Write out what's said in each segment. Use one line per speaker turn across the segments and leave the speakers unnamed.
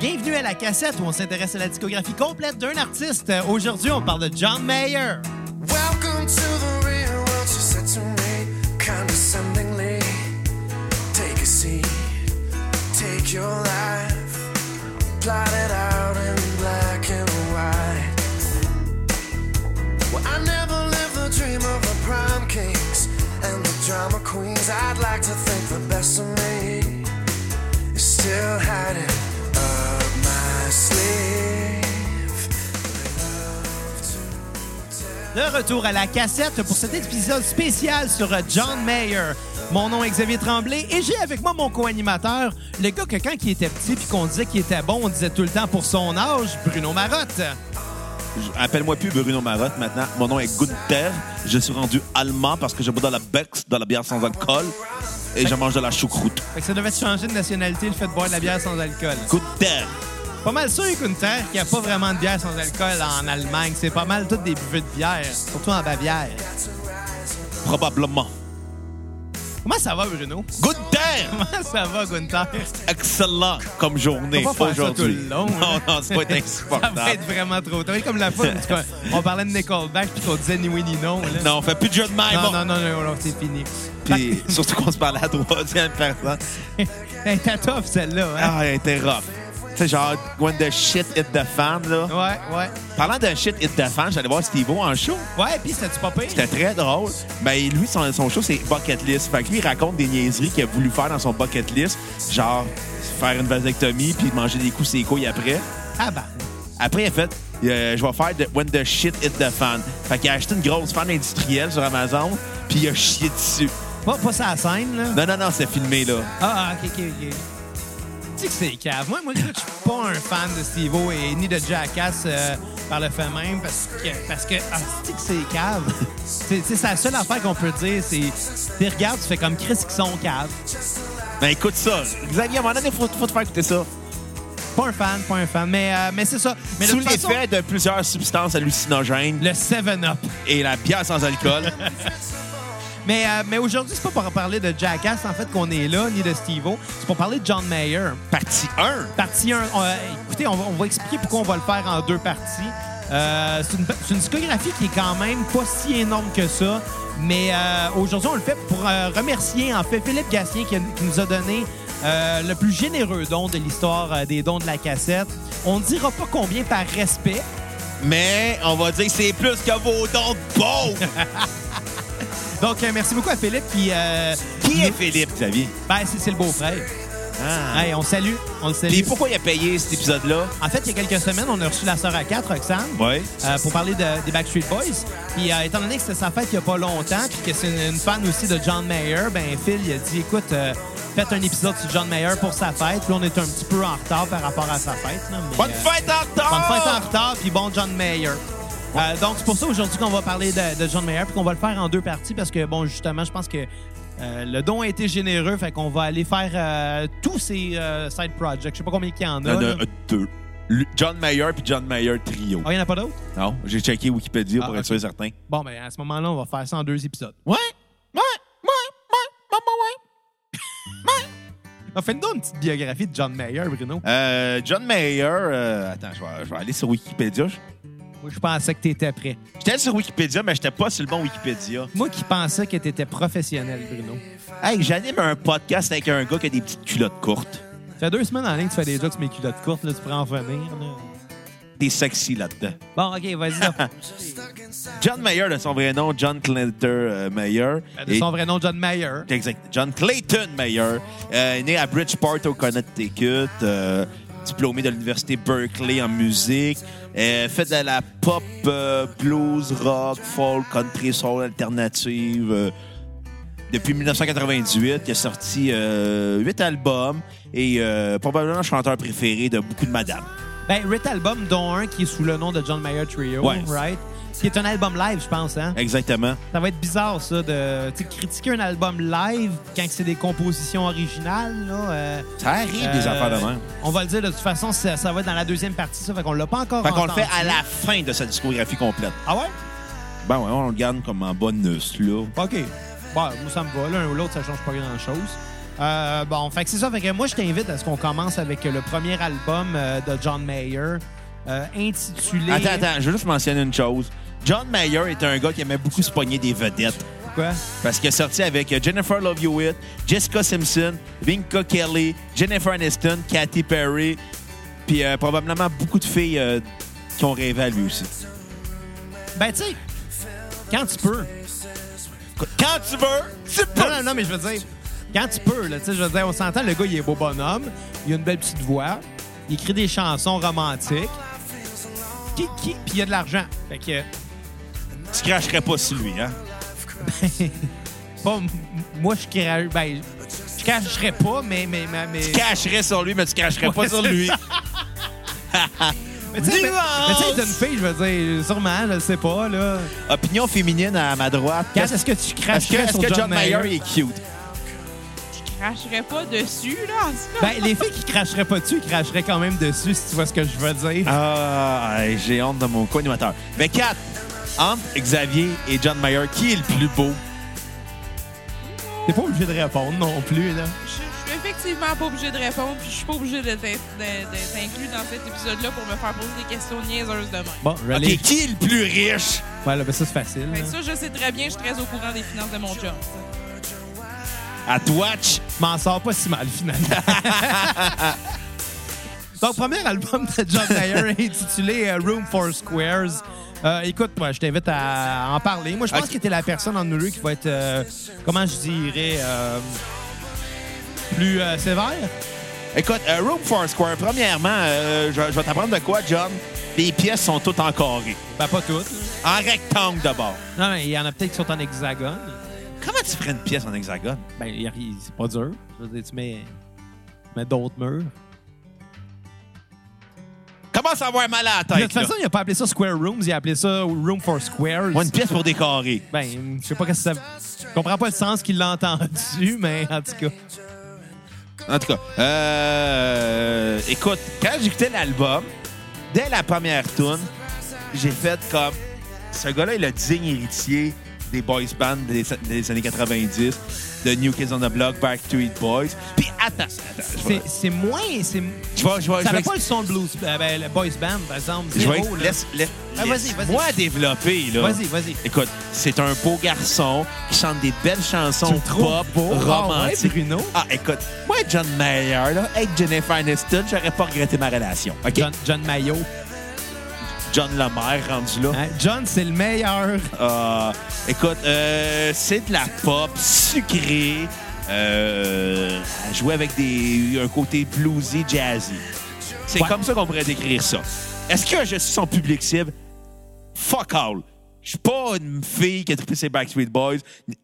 Bienvenue à la cassette où on s'intéresse à la discographie complète d'un artiste. Euh, Aujourd'hui, on parle de John Mayer.
Welcome to the real world, she said to me condescendingly. Take a seat, take your life, plot it out in black and white. Well, I never lived the dream of the prime kings and the drama queens. I'd like to think the best of me is still hiding up my sleeve.
De retour à la cassette pour cet épisode spécial sur euh, John Mayer. Mon nom est Xavier Tremblay et j'ai avec moi mon co-animateur, le gars que quand il était petit puis qu'on disait qu'il était bon, on disait tout le temps pour son âge, Bruno Marotte.
Je- Appelle-moi plus Bruno Marotte maintenant. Mon nom est Gunther. Je suis rendu allemand parce que je bois dans la Bex, dans la bière sans alcool. Et je mange de la choucroute.
Fait que ça devait changer de nationalité le fait de boire de la bière sans alcool.
Gunther.
Pas mal sûr, Gunther, qu'il n'y a pas vraiment de bière sans alcool en Allemagne. C'est pas mal toutes des buvées de bière, surtout en Bavière.
Probablement.
Comment ça va, Bruno?
Gunther!
Comment ça va, Gunther?
Excellent comme journée.
On va
pas
faire ça
aujourd'hui.
tout le long,
Non,
hein.
non, c'est pas être
Ça va
insupportable.
être vraiment trop tard. Comme la fois, où on parlait de Nickelback puis qu'on disait ni oui ni non. là.
Non, on fait plus de jeu de même.
non, non, non, non, non, c'est fini.
Puis surtout qu'on se parlait à la troisième personne.
Elle était tough, celle-là. hein?
Ah, elle était rough. Tu sais, genre, when the shit hit the fan, là.
Ouais, ouais.
Parlant de shit hit the fan, j'allais voir Steve en show.
Ouais, puis c'était-tu pas pire?
C'était très drôle. Mais lui, son, son show, c'est bucket list. Fait que lui, il raconte des niaiseries qu'il a voulu faire dans son bucket list. Genre, faire une vasectomie puis manger des coups ses couilles après.
Ah, ben.
Après, il a fait euh, Je vais faire de, When the shit hit the fan. Fait qu'il a acheté une grosse fan industrielle sur Amazon puis il a chié dessus.
Pas, pas sa scène, là.
Non, non, non, c'est filmé, là.
Ah, ah, ok, ok, ok. Tu sais que c'est cave. Moi, moi, je suis pas un fan de Steve-O et ni de Jackass euh, par le fait même parce que, parce que ah, tu sais que c'est cave. C'est c'est la seule affaire qu'on peut dire. C'est, tu regardes, tu fais comme Chris qui sont caves.
Ben écoute ça. Xavier, à un moment donné, faut, faut te faire écouter ça.
Pas un fan, pas un fan. Mais, euh, mais c'est ça. Mais de
Sous
toute façon,
l'effet de plusieurs substances hallucinogènes
le 7-Up.
et la bière sans alcool.
Mais, euh, mais aujourd'hui, c'est pas pour parler de Jackass, en fait, qu'on est là, ni de Steve-O. C'est pour parler de John Mayer.
Partie 1.
Partie 1. on- euh, écoutez, on va, on va expliquer pourquoi on va le faire en deux parties. Euh, c'est une, c'est une discographie qui est quand même pas si énorme que ça. Mais euh, aujourd'hui, on le fait pour euh, remercier en fait Philippe Gassien qui, a- qui nous a donné euh, le plus généreux don de l'histoire euh, des dons de la cassette. On ne dira pas combien par respect,
Mais on va dire que c'est plus que vos dons de pauvres.
Donc, euh, merci beaucoup à Philippe qui. euh,
Qui est Philippe, Xavier?
Ben, c'est c'est le beau-frère.
Ah.
Hey, on le salue. On le salue.
Et pourquoi il a payé cet épisode-là?
En fait, il y a quelques semaines, on a reçu la sœur à 4, Roxane,
Ouais.
euh, pour parler de- des Backstreet Boys. Puis, euh, étant donné que c'était sa fête il n'y a pas longtemps, puis que c'est une, une fan aussi de John Mayer, ben Phil, il a dit écoute, euh, faites un épisode sur John Mayer pour sa fête. Puis, là, on est un petit peu en retard par rapport à sa fête. là, mais,
Bonne
euh,
fête en retard!
Bonne fête en retard, puis bon John Mayer. Euh, donc, c'est pour ça aujourd'hui qu'on va parler de, de John Mayer, puis qu'on va le faire en deux parties, parce que, bon, justement, je pense que euh, le don a été généreux, fait qu'on va aller faire euh, tous ces euh, side projects. Je sais pas combien il y en a.
Il y en a
là.
euh, deux. Lu- John Mayer puis John Mayer Trio.
Ah, il n'y en a pas d'autres?
Non, j'ai checké Wikipédia
Ah,
pour
ok.
être sûr et certain.
Bon, ben, à ce moment-là, on va faire ça en deux épisodes.
Ouais! Ouais! Ouais! Ouais!
On fait Ah, une petite biographie de John Mayer, Bruno.
Euh, John Mayer, euh, attends, je vais, je vais aller sur Wikipédia.
Moi, je pensais que t'étais prêt.
J'étais sur Wikipédia, mais j'étais pas sur le bon Wikipédia.
Moi qui pensais que t'étais professionnel, Bruno.
Hey, j'anime un podcast avec un gars qui a des petites culottes courtes.
Ça fait deux semaines en ligne que tu fais des jokes sur mes culottes courtes, là, tu pourrais en venir, là.
T'es sexy là-dedans.
Bon, OK, vas-y. là.
John Mayer, de son vrai nom, John Clinter euh, Mayer.
Ben, De
est-
son vrai nom, John Mayer.
Exact. John Clayton Mayer, euh, est né à Bridgeport, au Connecticut, euh, diplômé de l'université Berkeley en musique, euh, fait de la pop, euh, blues, rock, folk, country, soul, alternative. euh, depuis 1998, il a sorti euh, huit albums et euh, probablement le chanteur préféré de beaucoup de madames.
Ben, 8 albums, dont un qui est sous le nom de John Mayer Trio,
Ouais.
right? Qui est un album live, je pense, hein?
Exactement.
Ça va être bizarre, ça, de tu sais, critiquer un album live quand c'est des compositions originales, là. euh,
Ça arrive des
euh,
affaires de même.
On va le dire, de toute façon, ça, ça va être dans la deuxième partie, ça, fait qu'on l'a pas encore
Fait qu'on le
entendu.
fait à la fin de sa discographie complète.
Ah ouais?
Ben ouais, on le garde comme en bonus, là.
OK. Bon, moi, ça me va. L'un ou l'autre, ça change pas grand-chose. Euh, bon, fait que c'est ça. Fait que moi, je t'invite à ce qu'on commence avec le premier album euh, de John Mayer, euh, intitulé...
Attends, attends, je veux juste mentionner une chose. John Mayer était un gars qui aimait beaucoup se pogner des vedettes.
Quoi?
Parce qu'il est sorti avec euh, Jennifer Love Hewitt, Jessica Simpson, Vinca Kelly, Jennifer Aniston, Katy Perry, puis euh, probablement beaucoup de filles euh, qui ont rêvé à lui aussi.
Ben, tu sais, quand tu peux...
Qu- Quand tu veux, tu peux!
Non, non, non, mais je veux dire, quand tu peux, là, tu sais, je veux dire, on s'entend, le gars, il est beau bonhomme, il a une belle petite voix, il écrit des chansons romantiques, qui, qui, puis il y a de l'argent. Fait que,
Tu cracherais pas sur lui, hein?
pas, m- moi, je crache, ben, je cacherais pas, mais, mais, mais, mais,
Tu cracherais sur lui, mais tu cracherais pas
Ouais,
sur
c'est
lui.
ça. mais, tu sais, mais, mais tu sais, t'es une fille, je veux dire, sûrement, je sais pas, là.
Opinion féminine à ma droite.
Quand
Est-ce
est-ce que tu
est-ce que,
cracherais
est-ce
sur
que
John,
John
Mayer?
Mayer est cute?
Je cracherais pas dessus, là, en tout cas.
Ben, les filles qui cracheraient pas dessus, ils cracheraient quand même dessus, si tu vois ce que je veux dire.
Ah, j'ai honte de mon co-animateur. Mais 4, entre Xavier et John Mayer, qui est le plus beau? Ah.
T'es pas obligé de répondre non plus, là.
Je, je suis effectivement pas obligée de répondre, puis je suis pas obligée d'être d'être- d'être inclus dans cet épisode-là pour me faire poser des questions niaiseuses demain.
Bon,
Ok,
allez.
qui est le plus riche?
Ouais, là, ben ça, c'est facile.
Fait
hein.
que ça, je sais très bien, je suis très au courant des finances de mon job.
À Twatch.
m'en sors pas si mal finalement. Donc, premier album de John Mayer intitulé euh, Room for Squares. Euh, écoute, moi, je t'invite à en parler. Moi, je pense
Ok.
que t'es la personne en nous deux qui va être, euh, comment je dirais, euh, plus euh, sévère.
Écoute, euh, Room for Square, premièrement, euh, je, je vais t'apprendre de quoi, John. Les pièces sont toutes en carré.
Ben, pas toutes.
En rectangle de bord.
Non, mais il y en a peut-être qui sont en hexagone.
Comment tu ferais une pièce en hexagone?
Ben, y a- y- c'est pas dur. Je veux dire, tu mets, tu mets d'autres murs.
Commence à avoir mal à la
De
tête.
toute façon, il a pas appelé ça Square Rooms, il a appelé ça Room for Squares.
Moi, une pièce pour décorer.
Ben, je sais pas qu'est-ce que ça. Je comprends pas le sens qu'il l'a entendu, mais en tout cas.
En tout cas, euh, écoute, quand j'écoutais l'album, dès la première tune, j'ai fait comme ce gars-là est le digne héritier des boys bands des, des années 90, de New Kids on the Block, Backstreet Boys. Puis attends, attends, je vais-
C'est- C'est moins. c'est-
je vais- je vais-
Ça
je vais
avait pas le son de blues. euh, ben, le boys band, par exemple.
Je vais-
Zéro, là.
laisse, laisse,
Ah, vas-y, vas-y.
moi développer, là.
Vas-y, vas-y.
Écoute, c'est un beau garçon qui chante des belles
Tu
chansons
me trouves
pop,
beau?
romantiques.
Ah ouais, Bruno?
Ah, écoute, moi, John Mayer, là, avec Jennifer Aniston, j'aurais pas regretté ma relation. OK?
John, John Mayo.
John Lemaire rendu là.
Hein, John, c'est le meilleur.
Euh, écoute, euh, c'est de la pop sucrée. Euh, à jouer avec des, un côté bluesy, jazzy. C'est
Ouais.
comme ça qu'on pourrait décrire ça. Est-ce que je suis son public cible? Fuck all. Je suis pas une fille qui a trippé ses Backstreet Boys,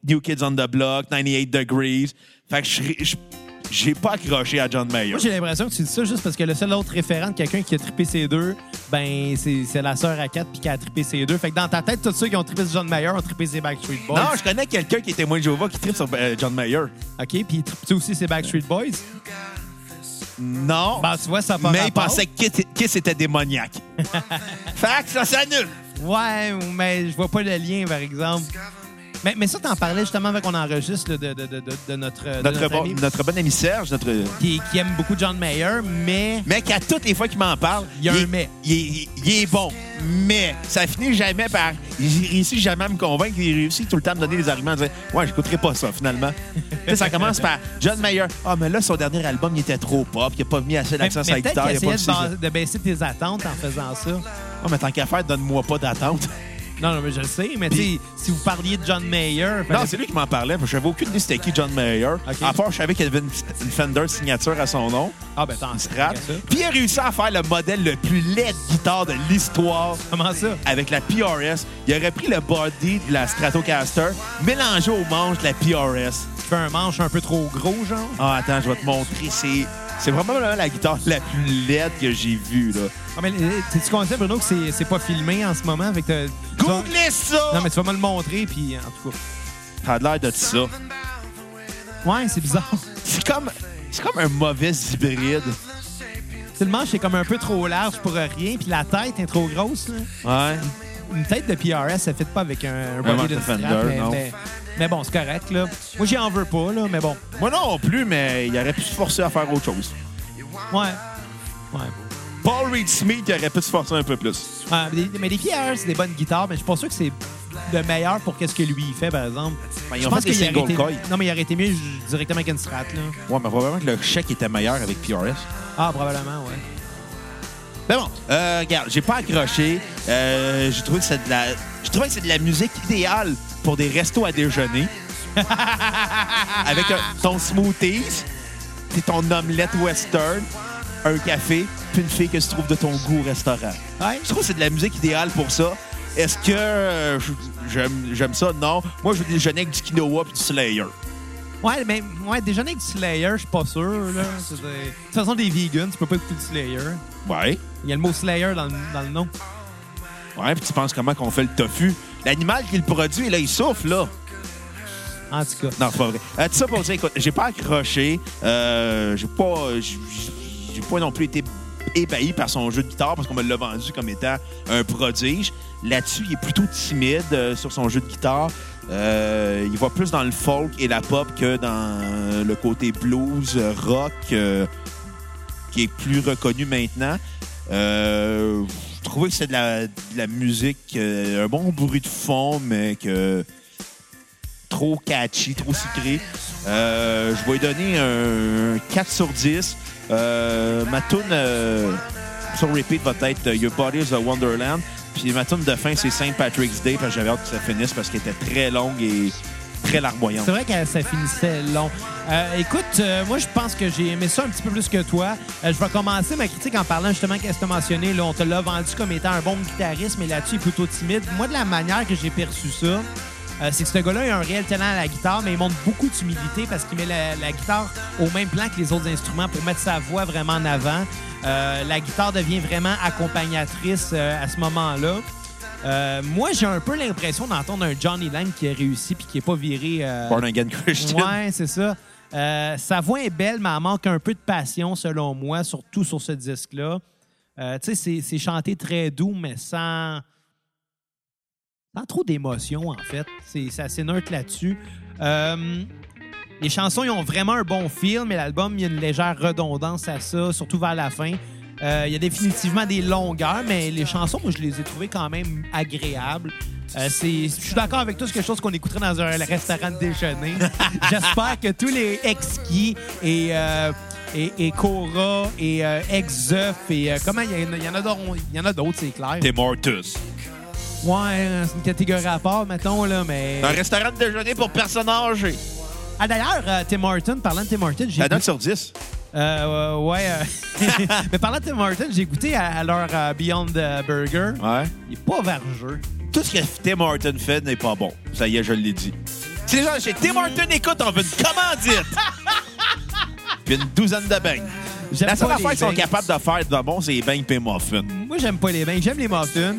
New Kids on the Block, 98 Degrees. Fait que je serais- je- j'ai pas accroché à John Mayer.
Moi, j'ai l'impression que tu dis ça juste parce que le seul autre référent de quelqu'un qui a trippé ses deux, ben, c'est c'est la sœur à quatre puis qui a trippé ses deux. Fait que dans ta tête, tous ceux qui ont trippé sur John Mayer ont trippé ses Backstreet Boys.
Non, je connais quelqu'un qui est témoin de Jéhovah qui tripe sur euh, John Mayer.
OK, puis ils trippaient aussi ses Backstreet Boys.
Non.
Ben, tu vois, ça a pas
mais il
rapport.
pensait que Kiss- Kiss était démoniaque. fait que ça s'annule.
Ouais, mais je vois pas le lien, par exemple. Mais, mais ça, t'en parlais justement avant qu'on enregistre là, de, de, de, de- de notre, de
Notre, bon,
ami
notre bon ami Serge, notre
qui, qui aime beaucoup John Mayer, mais
mec, à toutes les fois qu'il m'en parle,
Il y a un
est-
mais.
Il, est- il est bon, mais ça finit jamais par. Il réussit jamais à me convaincre, il réussit tout le temps à me donner des arguments en disant Ouais, j'écouterai pas ça finalement. Tu sais, ça commence par John Mayer. Ah, mais là, son dernier album, il était trop pop, il a pas mis assez
mais-
d'accent sur la
mais peut-être
guitare.
qu'il
il a pas
essayait de,
de-
ba- de baisser tes attentes en faisant ça.
Ah, mais tant qu'à faire, donne-moi pas d'attente.
Non, non, mais je le sais, mais tu sais, si vous parliez de John Mayer...
Non,
fallait-
c'est lui qui m'en parlait. parce que J'avais aucune idée c'était qui John Mayer.
Ok.
À part, je savais qu'il y avait une, petite- une Fender signature à son nom.
Ah, ben tant
Il se rate.
ça.
Puis il a réussi à faire le modèle le plus laid de guitare de l'histoire
Comment ça?
avec la PRS. Il aurait pris le body de la Stratocaster, mélangé au manche de la PRS.
Tu fais un manche un peu trop gros, genre?
Ah, attends, je vais te montrer. C'est, c'est vraiment la guitare la plus laide que j'ai vue, là.
Ah, mais euh, t'es-tu conscient, Bruno, que c'est- c'est pas filmé en ce moment? Avec que t'as- tu vas-
Googlez ça!
Non, mais tu vas me le montrer, puis en tout cas...
T'as l'air de ça.
Ouais, c'est bizarre.
C'est comme, c'est comme un mauvais hybride.
Tu sais, Le manche est comme un peu trop large pour rien, puis la tête est trop grosse. là.
Ouais.
Une tête de PRS, ça ne fit pas avec un, un
manche
body de
de
strap,
Fender,
mais,
non.
mais- Mais bon, c'est correct, là. Moi, j'y en veux pas, là, mais bon.
Moi non plus, mais il aurait pu se forcer à faire autre chose.
Ouais. Ouais.
Paul Reed Smith il aurait pu se forcer un peu plus.
Ouais, mais, les- mais les filles, elles, c'est des bonnes guitares, mais je suis pas sûr que c'est le meilleur pour qu'est-ce que lui il fait, par exemple.
Ben, ils
je
ont
pense
fait des
qu'il aurait
single
été...
coil.
Non, mais il aurait été mieux j- directement avec une strat, là.
Ouais, mais probablement que le chèque était meilleur avec PRS.
Ah, probablement, ouais.
Mais bon, euh, regarde, j'ai pas accroché. Euh, j'ai trouvé que c'est de la. Je trouvais que c'est de la musique idéale pour des restos à déjeuner. Avec un- ton smoothies, puis ton omelette western, un café, puis une fille que tu trouves de ton goût au restaurant.
Ouais.
Je trouve que c'est de la musique idéale pour ça. Est-ce que euh, j- j'aime j'aime ça? Non. Moi, je veux déjeuner avec du quinoa puis du slayer.
Ouais, mais ouais, déjeuner avec du Slayer, je suis pas sûr, là. C'est des- De toute façon, des vegans, tu peux pas écouter du Slayer.
Ouais.
Il y a le mot Slayer dans le, dans le nom.
Ouais, puis tu penses comment qu'on fait le tofu? L'animal qui le produit, là, il souffle, là.
En tout cas.
Non, c'est pas vrai. Euh, tout ça pour dire, écoute, j'ai pas accroché. Euh, j'ai pas. j'ai- J'ai pas non plus été ébahi par son jeu de guitare parce qu'on me l'a vendu comme étant un prodige. Là-dessus, il est plutôt timide euh, sur son jeu de guitare. Euh, il va plus dans le folk et la pop que dans euh, le côté blues, euh, rock, euh, qui est plus reconnu maintenant. Euh, je trouvais que c'est de la, de la musique, euh, un bon bruit de fond, mais que trop catchy, trop sucré. Euh, je vais lui donner un 4 sur 10. Euh, ma tune euh, sur repeat va être euh, Your Body is a Wonderland. Puis ma tune de fin, c'est Saint Patrick's Day. parce que J'avais hâte que ça finisse parce qu'elle était très longue et très larmoyante.
C'est vrai que ça finissait long. Euh, écoute, euh, moi, je pense que j'ai aimé ça un petit peu plus que toi. Euh, je vais commencer ma critique en parlant justement qu'est-ce que tu as mentionné. Là, on te l'a vendu comme étant un bon guitariste, mais là-dessus, il est plutôt timide. Moi, de la manière que j'ai perçu ça, euh, c'est que ce gars-là il a un réel talent à la guitare, mais il montre beaucoup d'humilité parce qu'il met la, la guitare au même plan que les autres instruments pour mettre sa voix vraiment en avant. Euh, la guitare devient vraiment accompagnatrice euh, à ce moment-là. Euh, moi, j'ai un peu l'impression d'entendre un Johnny Lang qui a réussi puis qui n'est pas viré. euh,
Born Again Christian.
Ouais, c'est ça. Euh, sa voix est belle, mais elle manque un peu de passion, selon moi, surtout sur ce disque-là. Euh, tu sais, c'est- c'est chanté très doux, mais sans, sans trop d'émotion, en fait. C'est c'est assez neutre là-dessus. Euh, les chansons, ils ont vraiment un bon feel, mais l'album, il y a une légère redondance à ça, surtout vers la fin. Euh, il y a définitivement des longueurs, mais les chansons, moi, je les ai trouvées quand même agréables. Euh, c'est- je suis d'accord avec tout quelque chose qu'on écouterait dans un restaurant de déjeuner. J'espère que tous les exquis et, euh, et, et Cora et euh, Exuf et euh, comment il y en a- il y en a d'autres- il y en a d'autres, c'est clair.
T'es Mortus.
Ouais, euh, c'est une catégorie à part, mettons, là, mais.
Un restaurant de déjeuner pour personnes âgées.
Ah, d'ailleurs, euh, Tim Horton, parlant de Tim Horton, j'ai.
La note sur 10.
Euh, ouais. euh, Mais parlant de Tim Horton, j'ai goûté à, à leur euh, Beyond euh, Burger.
Ouais.
Il est pas vergeux.
Tout ce que Tim Horton fait n'est pas bon. Ça y est, je l'ai dit. C'est genre, chez Tim Horton, écoute, on veut une commandite. Puis une douzaine de beignes.
J'aime
La seule
pas
affaire
les
qu'ils sont
beignes.
capables de faire de bon, c'est les beignes pis les muffins.
Moi, j'aime pas les bains. J'aime les muffins.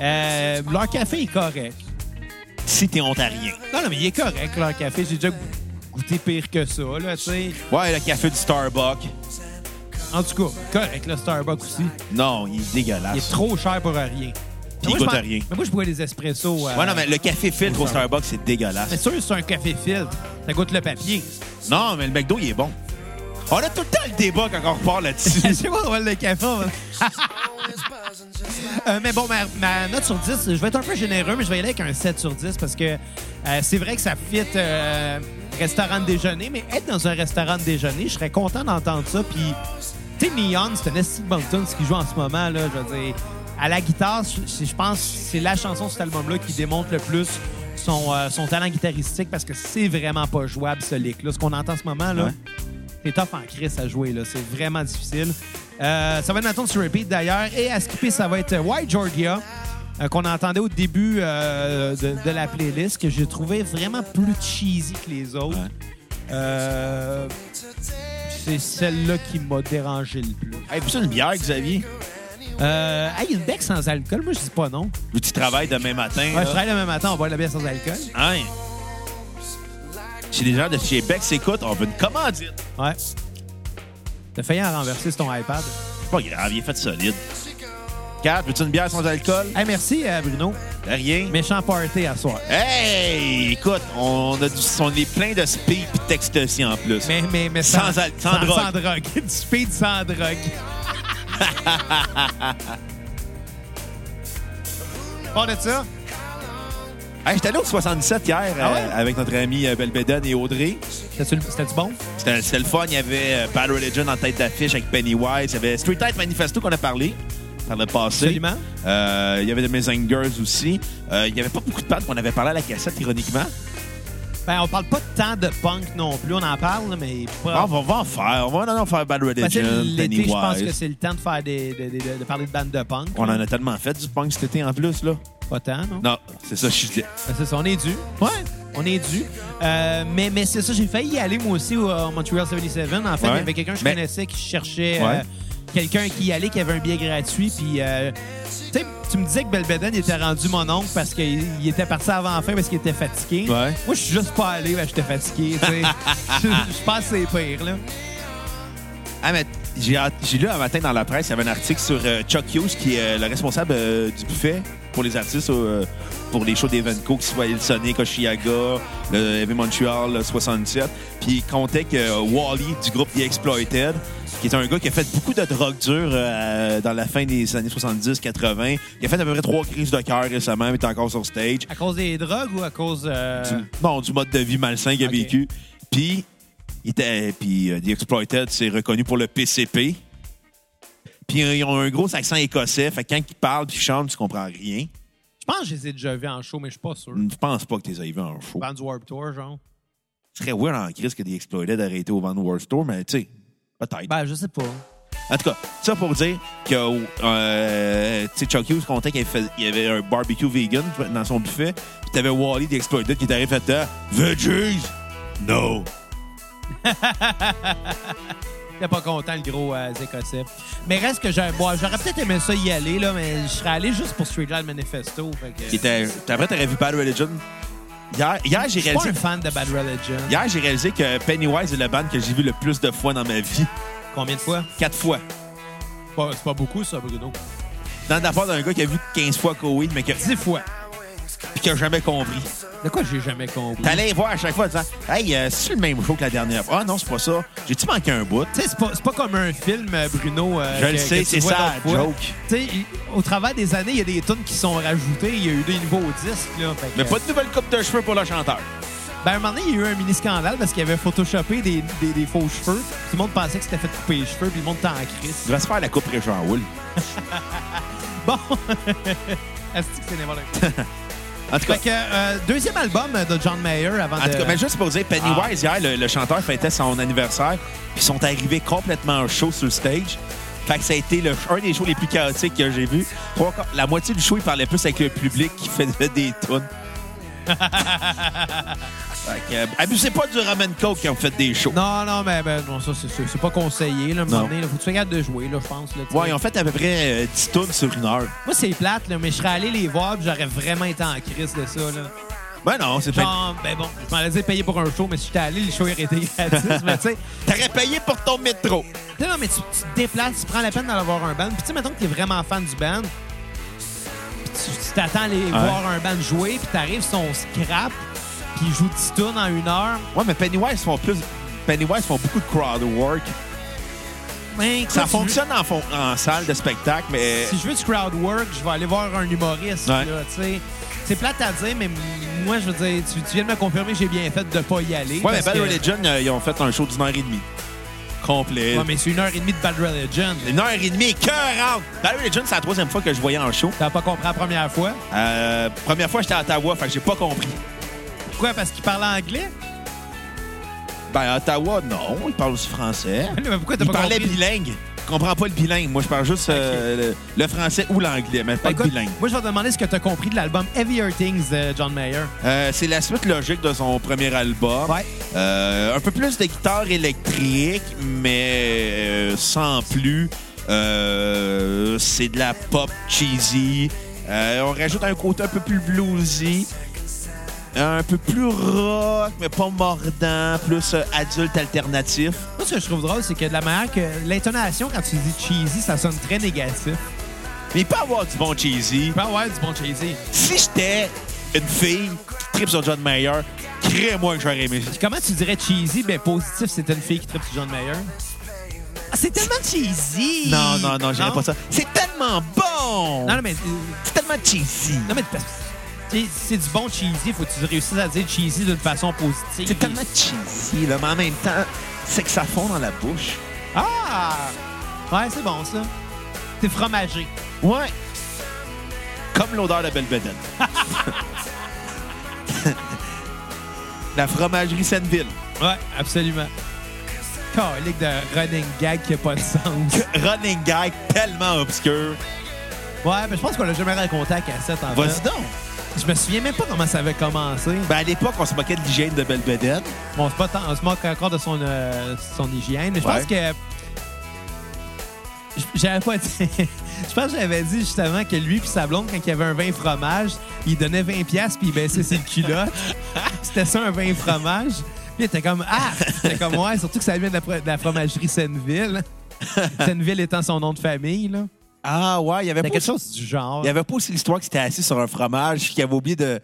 Euh, leur café est correct.
Si t'es ontarien.
Non, non, mais il est correct, leur café. J'ai déjà go- goûté pire que ça, là, tu sais.
Ouais, le café du Starbucks.
En tout cas, correct, le Starbucks aussi.
Non, il est dégueulasse.
Il est trop cher pour rien.
Puis
Mais moi, je
il goûte à
pense-
rien.
Mais moi, je bois des espressos. euh,
Ouais, non, mais le café filtre au Starbucks, c'est dégueulasse.
C'est sûr, c'est un café filtre. Ça goûte le papier.
Non, mais le McDo, il est bon. On a tout le temps le débat quand on repart
Je
là-dessus.
sais pas, on va le café. on va- Euh, mais bon, ma, ma note sur 10, je vais être un peu généreux, mais je vais y aller avec un 7 sur 10 parce que euh, c'est vrai que ça fit euh, restaurant de déjeuner, mais être dans un restaurant de déjeuner, je serais content d'entendre ça. Puis, tu sais, Neon, c'est un Esti Bumpton, ce qu'il joue en ce moment, là, je veux dire. À la guitare, je- je je pense que c'est la chanson de cet album-là qui démontre le plus son, euh, son talent guitaristique parce que c'est vraiment pas jouable, ce lick-là. Ce qu'on entend en ce moment, là.
Ouais.
C'est top en crise à jouer, là. C'est vraiment difficile. Euh, ça va être maintenant sur repeat, d'ailleurs. Et à skipper, ça va être Why Georgia, euh, qu'on entendait au début euh, de, de la playlist, que j'ai trouvé vraiment plus cheesy que les autres.
Ouais.
Euh, c'est celle-là qui m'a dérangé le plus.
Hey, puis ça, une bière, Xavier?
Euh, hey, une bec sans alcool, moi, je dis pas non.
Ou tu travailles demain matin?
Ouais,
là?
je travaille le même matin, on boit de la bière sans alcool.
Hein? Si les gens de chez Beck s'écoutent, on veut une commandite.
Ouais. T'as failli en renverser sur ton iPad.
C'est pas grave, il est fait solide. Kat, veux-tu une bière sans alcool?
Hey, merci, euh, Bruno.
De rien.
Méchant party à soir.
Hey! Écoute, on, a du, on est plein de speed et de texte aussi en plus.
Mais, mais, mais
Sans al- sans drogue.
Sans drogue. du speed sans drogue. Pas de ça?
Hey, J'étais allé au 77 hier
Ah ouais?
euh, avec notre ami euh, Belbédone et Audrey.
C'était-tu c'était-tu bon?
C'était c'était le fun. Il y avait euh, Bad Religion en tête d'affiche avec Pennywise. Il y avait Street Light Manifesto qu'on a parlé par le passé.
Absolument.
Euh, il y avait The Amazing Girls aussi. Euh, il n'y avait pas beaucoup de bandes qu'on avait parlé à la cassette, ironiquement.
Ben, on parle pas tant de punk non plus. On en parle, mais
Ah,
pas...
on, va, on va en faire. On va en faire Bad
Parce que
Religion,
Bah, L'été, je pense que
Pennywise.
c'est le temps de faire des, de, de- de- de parler de bandes de punk.
On en a tellement fait du punk cet été en plus, là.
Pas tant, non?
Non, c'est ça, je suis.
Ben, c'est ça, on est dû. Ouais. On est dû. Euh, mais mais c'est ça, j'ai failli y aller moi aussi au, au Montreal 77. En fait,
Ouais.
il y avait quelqu'un que je
Mais-
connaissais qui cherchait
Ouais.
euh, quelqu'un qui y allait, qui avait un billet gratuit. Puis, euh, tu sais, tu me disais que Belbeden il était rendu mon oncle parce qu'il il était parti avant la fin parce qu'il était fatigué.
Ouais.
Moi, je suis juste pas allé parce que j'étais fatigué. tu sais. Je je pense que c'est pire, là.
Ah, mais j'ai j'ai lu un matin dans la presse, il y avait un article sur euh, Chuck Hughes, qui est euh, le responsable euh, du buffet pour les artistes, euh, pour les shows d'Evenco, qui se voyaient le Sonic, Oshiaga, le Heavy Montreal, le 67. Puis il comptait que euh, Wally, du groupe The Exploited, qui est un gars qui a fait beaucoup de drogue dure euh, dans la fin des années 70-80, il a fait à peu près trois crises de cœur récemment, mais il est encore sur stage.
À cause des drogues ou à cause. euh,
Du- non, du mode de vie malsain qu'il a
Ok.
vécu. Puis, il était, puis euh, The Exploited, c'est reconnu pour le PCP. Puis, euh, ils ont un gros accent écossais. Fait que quand ils parlent puis ils chantent, tu comprends rien.
Je pense que je les ai déjà vus en show, mais je suis pas sûr.
Je pense pas que tu les aies vus en show.
Band du Warped Tour, genre.
Ce serait weird en crise que The Exploited aurait été au Van World Store, mais tu sais, peut-être.
Ben, je sais pas.
En tout cas, ça pour dire que euh, tu sais, Chuck Hughes comptait qu'il fait- il y avait un barbecue vegan dans son buffet. Puis t'avais Wally The Exploited qui t'arrive fait euh, Veggies! No!
J'étais pas content, le gros euh, Écossais. Mais reste que j'ai- moi, j'aurais peut-être aimé ça y aller, là, mais je serais allé juste pour Street Light Manifesto. Fait que...
Qui était- Après, t'aurais vu Bad Religion. Hier, hier,
Je
j'ai
suis pas
réalisé,
un fan de Bad Religion.
hier, j'ai réalisé que Pennywise est la bande que j'ai vu le plus de fois dans ma vie.
Combien de fois?
Quatre fois.
C'est pas, c'est pas beaucoup, ça, Bruno.
Dans la part d'un gars qui a vu 15 fois Coheed, mais que-
Dix fois.
puis qui a jamais compris.
De quoi j'ai jamais compris?
T'allais voir à chaque fois en disant Hey, euh, c'est le même show que la dernière fois. Ah non, c'est pas ça. J'ai-tu manqué un bout?
Tu sais, c'est pas, c'est pas comme un film, euh, Bruno. euh,
Je le
que-
sais,
que tu
c'est
vois
ça,
d'autres fois.
joke.
Tu sais, il- au travers des années, il y a des tunes qui sont rajoutées. Il y a eu des nouveaux disques, là. fait que-
Mais pas de nouvelle coupe de cheveux pour le chanteur.
Ben, à un moment donné, il y a eu un mini-scandale parce qu'il avait photoshopé des, des, des faux cheveux. Tout le monde pensait que c'était fait couper les cheveux, puis le monde était en crise.
Il va se faire la coupe Réjean Wool.
Bon! Est-ce que c'est n'importe quoi?
En tout cas,
Fait que, euh, deuxième album de John Mayer avant
En
de...
tout cas, mais juste pour dire, Pennywise,
Ah.
hier, le, le chanteur fêtait son anniversaire, puis ils sont arrivés complètement chauds sur le stage. Fait que ça a été le- un des shows les plus chaotiques que j'ai vu. Trois quarts- La moitié du show, il parlait plus avec le public qui faisait des tonnes. fait que, euh, abusez pas du Roman Coke qui ont fait des shows.
Non, non, mais ben, non, ça, c'est sûr. C'est pas conseillé, là, à un moment donné, là. Faut que tu regardes de jouer, là, je pense. là, tu sais.
Ouais, ils ont fait à peu près euh, 10 tonnes sur une heure.
Moi, c'est plate, là, mais je serais allé les voir, puis j'aurais vraiment été en crise de ça, là.
Ben non, c'est pas.
Genre, ben bon, je m'en allais dire payer pour un show, mais si j'étais allé, le show aurait été gratis, mais tu sais...
T'aurais payé pour ton métro.
Non, non, mais tu, tu te déplaces, tu prends la peine d'aller voir un band. Puis tu sais, mettons que t'es vraiment fan du band, puis tu tu t'attends à aller voir un band jouer, puis t'arrives, son scrap, puis ils jouent 10 tunes en une heure.
Ouais, mais Pennywise font plus. Pennywise font beaucoup de crowd work.
Ben,
Ça
écoute, si je-
fonctionne en, fon- en salle de spectacle, mais.
Si je veux du crowd work, je vais aller voir un humoriste,
Ouais.
là, tu sais. C'est plate à dire, mais m- moi, je veux dire, tu, tu viens de me confirmer que j'ai bien fait de pas y aller.
Ouais, mais
parce
Bad
que-
Religion, euh, ils ont fait un show d'une heure et demie. Complet.
Ouais, mais c'est une heure et demie de Bad Religion.
Une heure et demie, cœur Bad Religion, c'est la troisième fois que je voyais en show.
T'as pas compris la première fois.
Euh, première fois, j'étais à Ottawa, fait que j'ai pas compris.
Pourquoi? Parce qu'il parlait anglais?
Ben, à Ottawa, non, ils parlent aussi français.
Mais pourquoi t'as
Ils
pas
parlaient
compris?
bilingue. Je comprends pas le bilingue. Moi, je parle juste euh, le, le français ou l'anglais, mais
Ah, Ben,
pas
Écoute,
le bilingue.
Moi, je vais te demander ce que tu as compris de l'album Heavier Things de John Mayer.
Euh, c'est la suite logique de son premier album.
Ouais.
Euh, un peu plus de guitare électrique, mais euh, sans plus. Euh, c'est de la pop cheesy. Euh, on rajoute un côté un peu plus bluesy. Un peu plus rock, mais pas mordant, plus euh, adulte alternatif.
Moi, ce que je trouve drôle, c'est que de la manière que l'intonation, quand tu dis cheesy, ça sonne très négatif.
Mais il peut avoir du bon cheesy.
Ben ouais, du bon cheesy.
Si j'étais une fille qui tripe sur John Mayer, crée-moi que j'aurais aimé ça.
Puis comment tu dirais cheesy? Ben positif, c'était une fille qui tripe sur John Mayer.
Ah, c'est tellement cheesy!
Non, non, non, j'aime
j'aime
pas ça.
C'est tellement bon!
Non, non, mais, euh,
C'est tellement cheesy!
non, mais parce que c'est- c'est du bon cheesy. Faut que tu réussisses à dire cheesy d'une façon positive.
C'est tellement cheesy, là, mais en même temps, c'est que ça fond dans la bouche.
Ah! Ouais, c'est bon, ça. T'es fromagé.
Ouais. Comme l'odeur de Belvedere. la fromagerie Sandville.
Ouais, absolument. Calique de running gag qui a pas de sens.
Running gag tellement obscur.
Ouais, mais je pense qu'on l'a jamais raconté à cassette, en
Vas-y
fait.
Ah ben, donc.
Je me souviens même pas comment ça avait commencé.
Ben, à l'époque, on se moquait de l'hygiène de Belvedere.
Bon, c'est pas tant, on se moque encore de son, euh, son hygiène, mais je
Ouais.
pense que. J- J'avais pas dit. Je pense que j'avais dit justement que lui puis sa blonde, quand il y avait un vin fromage, il donnait 20$ piastres puis il baissait ses culottes. C'était ça, un vin fromage. Puis il était comme Ah! C'était comme Ouais, surtout que ça vient de la, pro- de la fromagerie Senneville. Senneville étant son nom de famille, là.
Ah ouais, il y avait
C'était
pas
quelque chose du genre.
Il y avait pas aussi l'histoire qu'il s'était assis sur un fromage, qu'il avait oublié de.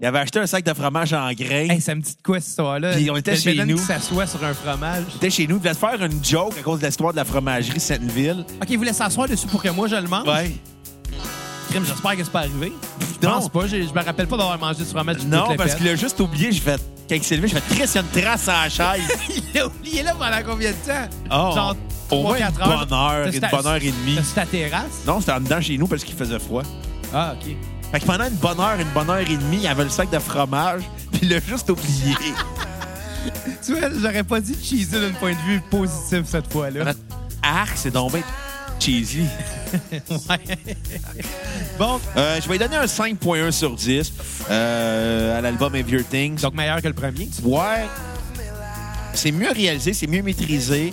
Il avait acheté un sac de fromage en grains.
Hey, ça me dit de quoi, cette histoire-là?
Puis on était
Le
chez
Belen
nous.
qui s'assoit sur un fromage.
Il était chez nous, il voulait se faire une joke à cause de l'histoire de la fromagerie Sainte-Ville.
OK, il voulait s'asseoir dessus pour que moi, je le mange.
Ouais.
Crime, j'espère que c'est pas arrivé. Je
Non.
pense pas. j'ai- Je me rappelle pas d'avoir mangé du fromage. du
Non,
Côte
parce
Lépette.
qu'il a juste oublié, j'ai fait. Quand il s'est levé, j'ai fait Chris, il y a une trace à la chaise.
il l'a oublié là pendant combien de temps?
Oh,
Genre
au moins
3-4
une
heures.
bonne heure,
T'as-tu
une
ta-
bonne heure et demie.
t'as-tu ta terrasse?
non, c'était en dedans chez nous parce qu'il faisait froid.
Ah, OK.
Fait que pendant une bonne heure, une bonne heure et demie, il avait le sac de fromage, puis il l'a juste oublié.
Tu vois, j'aurais pas dit cheesy d'un point de vue positif cette fois-là.
Arc, c'est donc bien cheesy.
Ouais. bon,
Euh, je vais lui donner un 5.1 sur 10 euh, à l'album Heavier Things.
donc meilleur que le premier.
Ouais. C'est mieux réalisé, c'est mieux maîtrisé,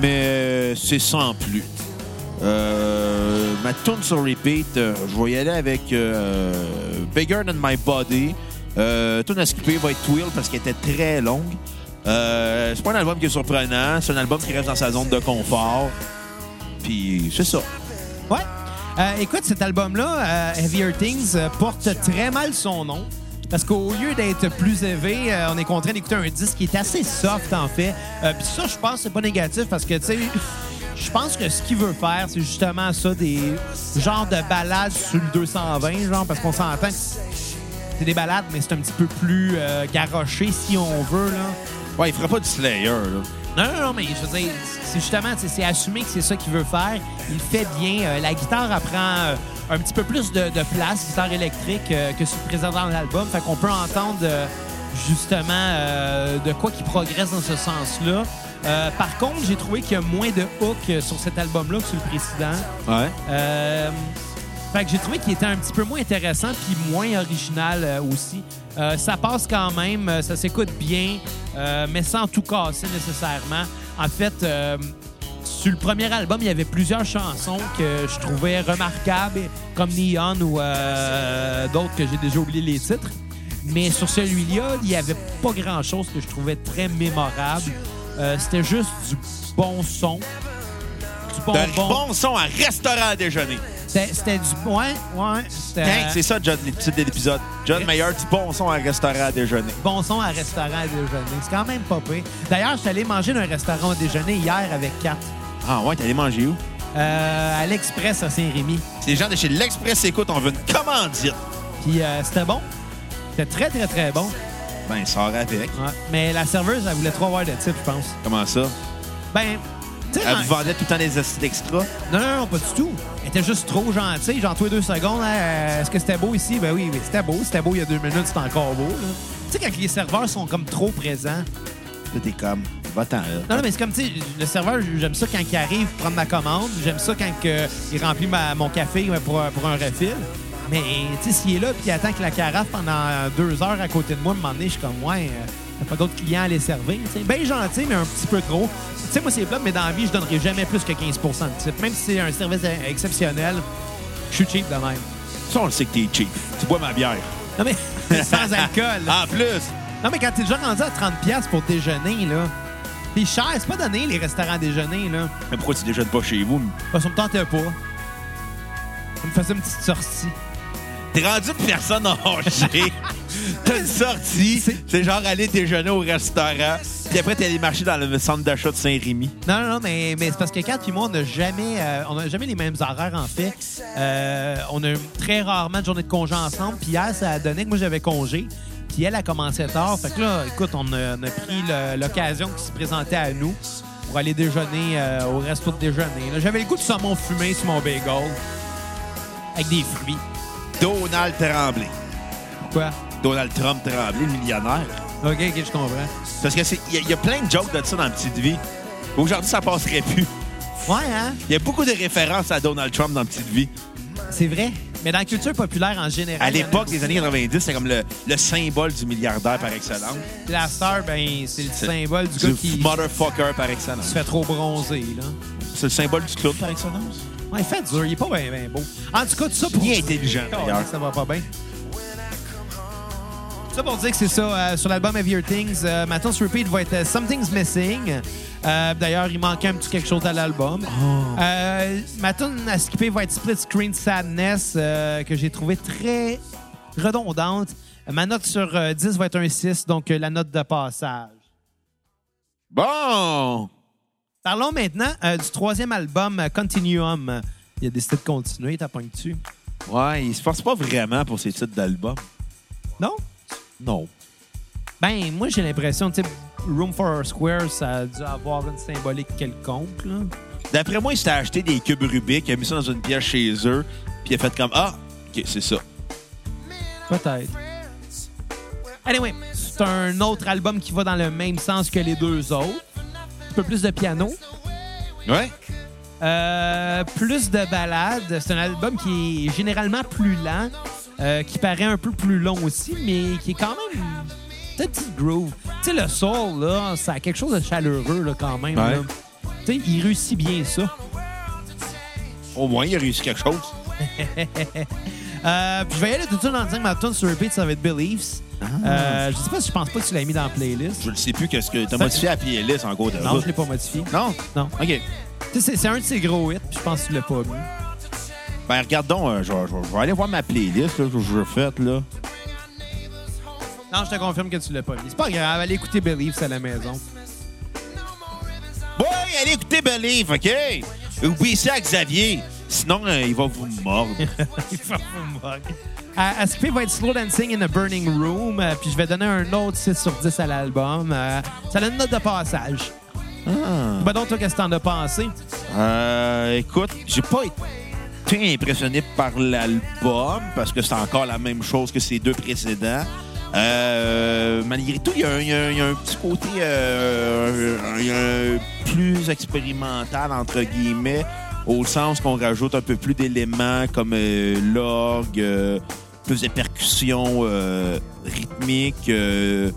mais c'est sans plus. Euh, ma tune sur repeat, euh, je vais y aller avec euh, Bigger Than My Body. Euh, tune à skipper va être Twill parce qu'elle était très longue. Euh, c'est pas un album qui est surprenant, c'est un album qui reste dans sa zone de confort. Puis c'est ça.
Ouais. Euh, écoute, cet album-là, euh, Heavier Things, euh, porte très mal son nom. Parce qu'au lieu d'être plus élevé, euh, on est contraint d'écouter un disque qui est assez soft, en fait. Euh, Puis ça, je pense que c'est pas négatif parce que, tu sais, je pense que ce qu'il veut faire, c'est justement ça, des genres de balades sur le 220, genre, parce qu'on s'entend que c'est des balades, mais c'est un petit peu plus euh, garoché, si on veut, là.
Ouais, il fera pas du Slayer. là.
Non, non, non, mais je veux dire, c'est justement, tu sais, c'est assumé que c'est ça qu'il veut faire. Il fait bien. Euh, la guitare apprend euh, un petit peu plus de, de place, guitare électrique, euh, que ce qui est présent dans l'album. Fait qu'on peut entendre euh, justement euh, de quoi qui progresse dans ce sens-là. Euh, par contre, j'ai trouvé qu'il y a moins de hook euh, sur cet album-là que sur le précédent.
Ouais.
Euh, fait que j'ai trouvé qu'il était un petit peu moins intéressant puis moins original euh, aussi. Euh, ça passe quand même, euh, ça s'écoute bien, euh, mais sans tout casser nécessairement. En fait, euh, sur le premier album, il y avait plusieurs chansons que je trouvais remarquables, comme Neon ou euh, d'autres que j'ai déjà oublié les titres. Mais sur celui-là, il n'y avait pas grand-chose que je trouvais très mémorable. Euh, C'était juste du bon son. Du bon,
De bon son à restaurant à déjeuner.
c'était c'était du. Ouais, ouais. C'était
Hein, c'est ça, John, le titre de l'épisode. John
Euh, Yes.
Mayer, du bon son à restaurant à déjeuner.
bon son à restaurant à déjeuner. C'est quand même pas pire. D'ailleurs, je suis allé manger dans un restaurant à déjeuner hier avec Kat.
Ah ouais, t'es allé manger où?
euh, à l'Express à Saint-Rémy.
Les gens de chez l'Express Écoute, on veut une commandite.
Puis euh, c'était bon. C'était très, très, très bon.
Ben, sort avec.
Ouais. Mais la serveuse, elle voulait trois heures de type, je pense.
Comment ça?
Ben, tu sais,
Elle
dans-
vous vendait tout le temps des acides extra.
non, non, non, pas du tout. Elle était juste trop gentille. Genre, toi, deux secondes, hein, euh, est-ce que c'était beau ici? Ben oui, oui, c'était beau. C'était beau il y a deux minutes, c'était encore beau. là. Tu sais, quand les serveurs sont comme trop présents,
Là, t'es comme, va-t'en là.
Non, non, mais c'est comme, tu sais, le serveur, j'aime ça quand il arrive prendre ma commande. J'aime ça quand que il remplit ma- mon café ouais, pour, un- pour un refill. Mais, tu sais, s'il est là puis il attend que la carafe pendant deux heures à côté de moi, à un moment donné, je suis comme, ouais, euh, y a pas d'autres clients à les servir. tu sais. Ben gentil, mais un petit peu trop. Tu sais, moi, c'est plat, mais dans la vie, je donnerai jamais plus que 15 de type. Même si c'est un service euh, exceptionnel, je suis cheap de même.
Ça, on le sait que t'es cheap. Tu bois ma bière.
Non, mais sans alcool.
En plus!
Non, mais quand t'es déjà rendu à 30$ pour déjeuner, là, c'est cher. C'est pas donné, les restaurants à déjeuner, là.
Mais pourquoi tu déjeunes pas chez vous?
Parce qu'on me tentait pas. Il me faisait une petite sortie.
T'es rendu une personne âgée. T'as une sortie. C'est genre aller déjeuner au restaurant. Puis après, t'es allé marcher dans le centre d'achat de Saint-Rémy.
Non, non, non, mais, mais c'est parce que Kat et moi, on n'a jamais, euh, on a jamais les mêmes horaires, en fait. Euh, on a eu très rarement de journée de congé ensemble. Puis hier, ça a donné que moi, j'avais congé. Puis elle a commencé tard. Fait que là, écoute, on a, on a pris le- l'occasion qui se présentait à nous pour aller déjeuner euh, au resto de déjeuner. Là, J'avais le goût de saumon fumé sur mon bagel avec des fruits.
Donald Tremblay.
Quoi?
Donald Trump Tremblay, le millionnaire.
OK, OK, je comprends.
Parce que c'est- il y, a- il y a plein de jokes de ça dans Petite Vie. Aujourd'hui, ça passerait plus.
Ouais, hein?
Il y a beaucoup de références à Donald Trump dans Petite Vie.
C'est vrai. Mais dans la culture populaire en général.
À
il y en a
l'époque des années 90, c'est comme le, le symbole du milliardaire par excellence.
La star, ben, c'est le
C'est-
symbole du
Du
gars qui
motherfucker par
se
excellence.
fait trop bronzer, là.
C'est le symbole du club par excellence.
Ouais, il fait dur, il est pas bien beau. En tout cas, tout ça pour.
Il est intelligent, d'ailleurs.
Ça va pas bien. Tout Ça pour dire que c'est ça, euh, sur l'album Heavier Things, euh, ma tune sur repeat va être euh, Something's Missing. Euh, D'ailleurs, il manquait un petit quelque chose à l'album.
Oh.
Euh, ma tune à skipper va être Split Screen Sadness, euh, que j'ai trouvé très redondante. Ma note sur euh, 10 va être un 6, donc euh, la note de passage.
Bon!
Parlons maintenant euh, du troisième album, euh, Continuum. Il a décidé de continuer, t'as dessus.
Ouais, il se force pas vraiment pour ses titres d'album.
Non?
Non.
Ben, moi, j'ai l'impression, tu sais, Room for Square, ça a dû avoir une symbolique quelconque, là.
D'après moi, il s'était acheté des cubes Rubik, il a mis ça dans une pièce chez eux, puis il a fait comme Ah, OK, c'est ça.
Peut-être. Anyway, c'est un autre album qui va dans le même sens que les deux autres. Un peu plus de piano,
Ouais?
euh, plus de ballades. C'est un album qui est généralement plus lent, euh, qui paraît un peu plus long aussi, mais qui est quand même peut-être petite groove. Tu sais, le soul, là, ça a quelque chose de chaleureux, là, quand même.
Ouais.
là. Tu sais, il réussit bien ça.
Au moins, il a réussi quelque chose.
Euh, puis je vais y aller tout de suite en disant que ma tune sur repeat, ça va être Beliefs. Euh, je sais pas si je pense pas que tu l'as mis dans la playlist.
Je ne sais plus qu'est-ce que. T'as modifié la playlist en gros de
Non,
route.
je l'ai pas modifié.
Non?
Non.
OK.
Tu sais, C'est c'est un de ses gros hits, puis je pense que tu l'as pas mis.
Ben, regarde donc, euh, je, vais- je vais- je vais aller voir ma playlist là, que je veux faite, là.
Non, je te confirme que tu l'as pas mis. C'est pas grave, allez écouter Beliefs à la maison.
Boy, allez écouter Believe, OK? Oubliez ça à Xavier. Sinon, euh, il va vous mordre.
Euh, À, à skipper va être Slow Dancing in a Burning Room, euh, puis je vais donner un autre 6 sur 10 à l'album. Euh, ça a une note de passage. Ben donc, toi, qu'est-ce que t'en as pensé?
Euh, écoute, j'ai pas été impressionné par l'album parce que c'est encore la même chose que ses deux précédents. Euh, malgré tout, il y, a un- il y a un- il y a un petit côté euh, un- il y a un plus expérimental, entre guillemets, au sens qu'on rajoute un peu plus d'éléments comme euh, l'orgue, euh, plus de percussions euh, rythmiques. euh,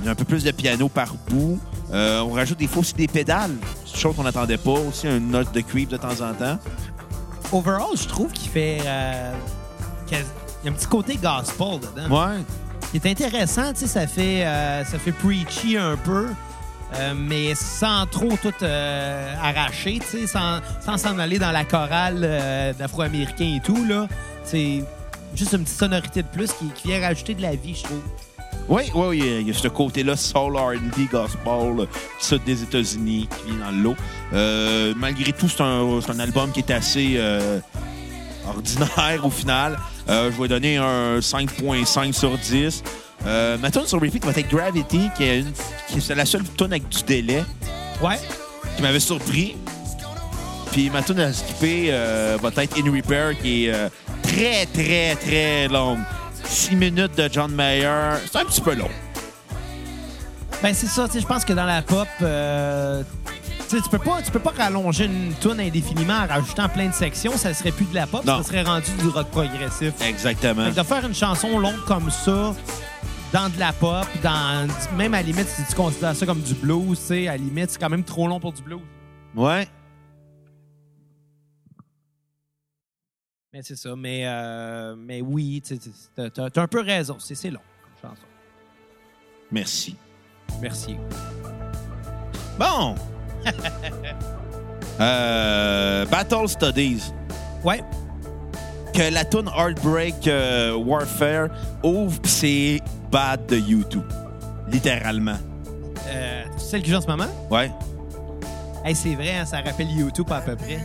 il y a un peu plus de piano par bout. Euh, on rajoute des fois aussi des pédales. C'est une chose qu'on n'attendait pas. Aussi, une note de creep de temps en temps.
Overall, je trouve qu'il fait... euh, qu'il y a- il y a un petit côté gospel dedans.
Ouais.
Il est intéressant, tu sais, ça fait, euh, ça fait preachy un peu, euh, mais sans trop tout euh, arracher, tu sais, sans sans s'en aller dans la chorale euh, d'afro-américains et tout, là. C'est juste une petite sonorité de plus qui, qui vient rajouter de la vie, je trouve.
Oui, oui, oui. Il y a ce côté-là, soul, R&B, gospel, euh, du sud des États-Unis qui vient dans le lot. Euh, malgré tout, c'est un, c'est un album qui est assez euh, ordinaire au final. Euh, je vais donner un 5.5 sur 10. Euh, ma tune sur repeat va être Gravity, qui est, une- qui est- c'est la seule tune avec du délai.
Ouais.
qui m'avait surpris. Puis ma tune à skipper euh, va être In Repair, qui est euh, très, très, très longue. 6 minutes de John Mayer. C'est un petit peu long.
Ben c'est ça, tu sais, je pense que dans la pop, euh, tu sais, tu peux pas, tu peux pas rallonger une tune indéfiniment en rajoutant plein de sections, ça serait plus de la pop,
Non.
ça serait rendu du rock progressif.
Exactement.
Fait que de faire une chanson longue comme ça, dans de la pop, dans même à la limite, si tu considères ça comme du blues, tu sais, à la limite, c'est quand même trop long pour du blues.
Ouais.
Mais c'est ça. Mais, euh, mais oui, tu sais, tu- t'as- t'as t'as un peu raison. C'est c'est long comme chanson.
Merci.
Merci.
Bon. Euh, Battle Studies.
Ouais.
que la tune Heartbreak euh, Warfare ouvre, pis c'est bad de YouTube. Littéralement.
Euh, celle que j'ai en ce moment?
Ouais.
Hey, c'est vrai, hein, ça rappelle YouTube à peu près.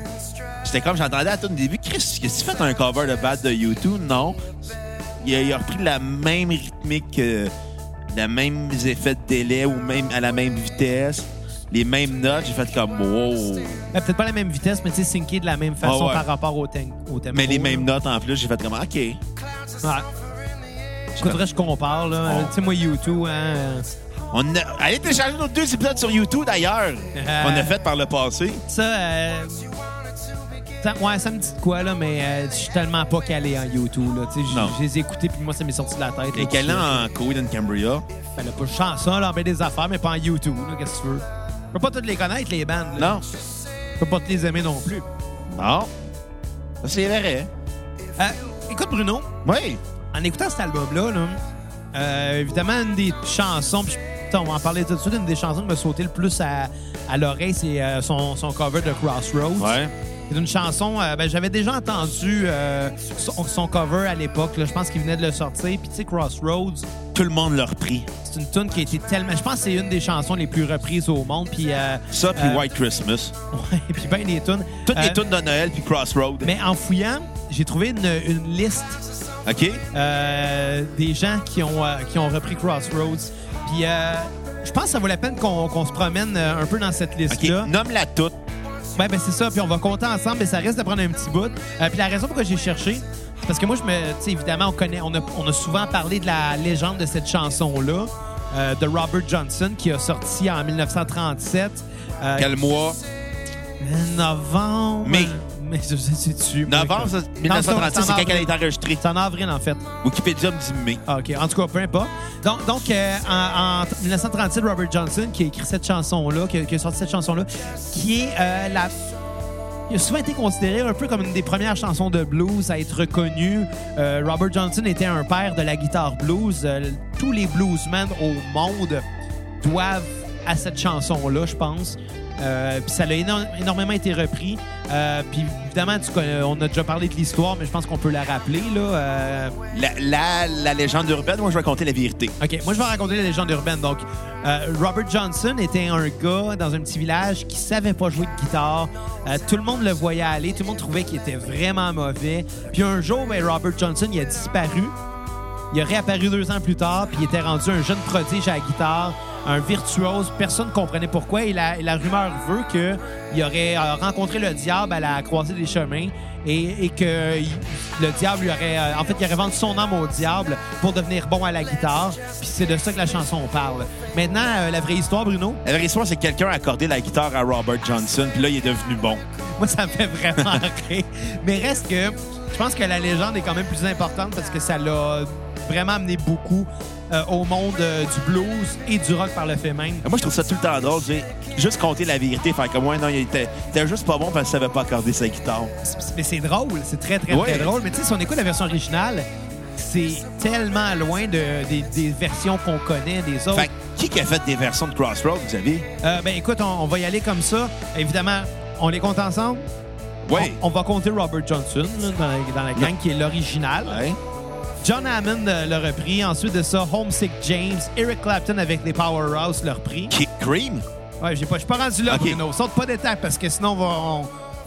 C'était comme j'entendais à tout au début, Chris, que tu fait un cover de Bad de YouTube? Non. Il a, il a repris la même rythmique, euh, les mêmes effets de délai ou même à la même vitesse, les mêmes notes. J'ai fait comme wow.
Ben, Peut-être pas la même vitesse, mais tu sais, syncé de la même façon
Ah ouais.
par rapport au, tem- au tempo.
Mais les
là.
mêmes notes en plus, j'ai fait comme OK.
Ouais. Faudrait que je compare, là.
Oh.
Tu sais, moi, YouTube, hein.
On a... Allez télécharger nos deux épisodes sur YouTube d'ailleurs.
Euh.
On a fait par le passé.
Ça, euh, ça- ouais, ça me dit de quoi, là, mais euh, je suis tellement pas calé en YouTube, là. Tu sais,
Non.
je- je les ai écoutés, puis moi, ça m'est sorti de la tête.
Et
là,
qu'elle
tout de suite.
en Code and Cambria.
Ben, là, pas chanson, là, ben des affaires, mais pas en YouTube, là. Qu'est-ce que tu veux? Je peux pas toutes les connaître, les bandes, là.
Non.
Je peux pas toutes les aimer non plus.
Non. Ça, c'est vrai.
Euh, écoute, Bruno,
Oui.
en écoutant cet album-là, là, euh, évidemment, une des chansons, puis je- putain, on va en parler tout de suite, une des chansons qui m'a sauté le plus à, à l'oreille, c'est euh, son, son cover de Crossroads.
Ouais.
C'est une chanson, euh, ben, j'avais déjà entendu euh, son, son cover à l'époque, là. je pense qu'il venait de le sortir, puis tu sais, Crossroads,
Tout le monde l'a repris.
c'est une tune qui a été tellement... Je pense que c'est une des chansons les plus reprises au monde, puis... euh,
Ça, puis
euh,
White Christmas.
ouais, puis ben des tunes.
Toutes les
Euh,
tunes de Noël, puis Crossroad.
Mais en fouillant, j'ai trouvé une, une liste
OK?
euh, des gens qui ont, euh, qui ont repris Crossroads. Puis euh, je pense que ça vaut la peine qu'on qu'on se promène euh, un peu dans cette
OK.
liste-là.
Nomme-la toute.
Ouais, ben c'est ça. Puis on va compter ensemble, mais ça reste de prendre un petit bout. Euh, puis la raison pourquoi j'ai cherché, c'est parce que moi, je me, tu sais, évidemment, on connaît, on a, on a souvent parlé de la légende de cette chanson-là, euh, de Robert Johnson, qui a sorti en 1937. euh,
Quel mois?
Novembre.
Mai.
Mais je sais dessus.
Novembre ça, 1936, c'est quand elle a été enregistrée.
C'est en avril, en fait.
Wikipédia me dit mai.
Ah, OK. En tout cas, peu importe. Donc, donc euh, en, en 1937, Robert Johnson, qui a écrit cette chanson-là, qui, a- qui a sorti cette chanson-là, qui est euh, la. Il a souvent été considéré un peu comme une des premières chansons de blues à être reconnue. Euh, Robert Johnson était un père de la guitare blues. Euh, tous les bluesmen au monde doivent à cette chanson-là, je pense. Euh, puis ça a éno- énormément été repris. Euh, puis évidemment, tu connais- on a déjà parlé de l'histoire, mais je pense qu'on peut la rappeler. Là. Euh,
La, la, la légende urbaine, moi, je vais raconter la vérité.
OK, moi je vais raconter la légende urbaine. Donc, euh, Robert Johnson était un gars dans un petit village qui savait pas jouer de guitare. Euh, tout le monde le voyait aller, tout le monde trouvait qu'il était vraiment mauvais. Puis un jour, ben, Robert Johnson, il a disparu. Il a réapparu deux ans plus tard, puis il était rendu un jeune prodige à la guitare, un virtuose. Personne ne comprenait pourquoi. Et la, la rumeur veut qu'il aurait euh, rencontré le diable à la croisée des chemins et, et que il- le diable lui aurait. euh, en fait, il aurait vendu son âme au diable pour devenir bon à la guitare. Puis c'est de ça que la chanson parle. Maintenant, euh, la vraie histoire, Bruno,
La vraie histoire, c'est que quelqu'un a accordé la guitare à Robert Johnson, puis là, il est devenu bon.
moi, ça me fait vraiment rire. Mais reste que je pense que la légende est quand même plus importante parce que ça l'a vraiment amené beaucoup euh, au monde euh, du blues et du rock par le fait même.
Moi, je trouve ça tout le temps drôle. tu sais, Juste compter la vérité, faire comme moi, non, il était, il était juste pas bon parce qu'il savait pas accorder sa guitare.
Mais c'est drôle, c'est très, très,
Ouais.
très drôle. Mais tu sais, si on écoute la version originale, c'est tellement loin de- des, des versions qu'on connaît des autres.
Fait que, qui qui a fait des versions de Crossroads, vous savez?
Euh, ben écoute, on, on va y aller comme ça. Évidemment, on les compte ensemble.
Oui.
On, on va compter Robert Johnson là, dans, la, dans la gang qui est l'original.
Ouais.
John Hammond euh, l'a repris. Ensuite de ça, Homesick James, Eric Clapton avec les Powerhouse l'a repris.
Qui- Cream?
Ouais, j'ai pas, je suis pas rendu là,
Ok.
Bruno. Saute pas d'étape parce que sinon, on va, on-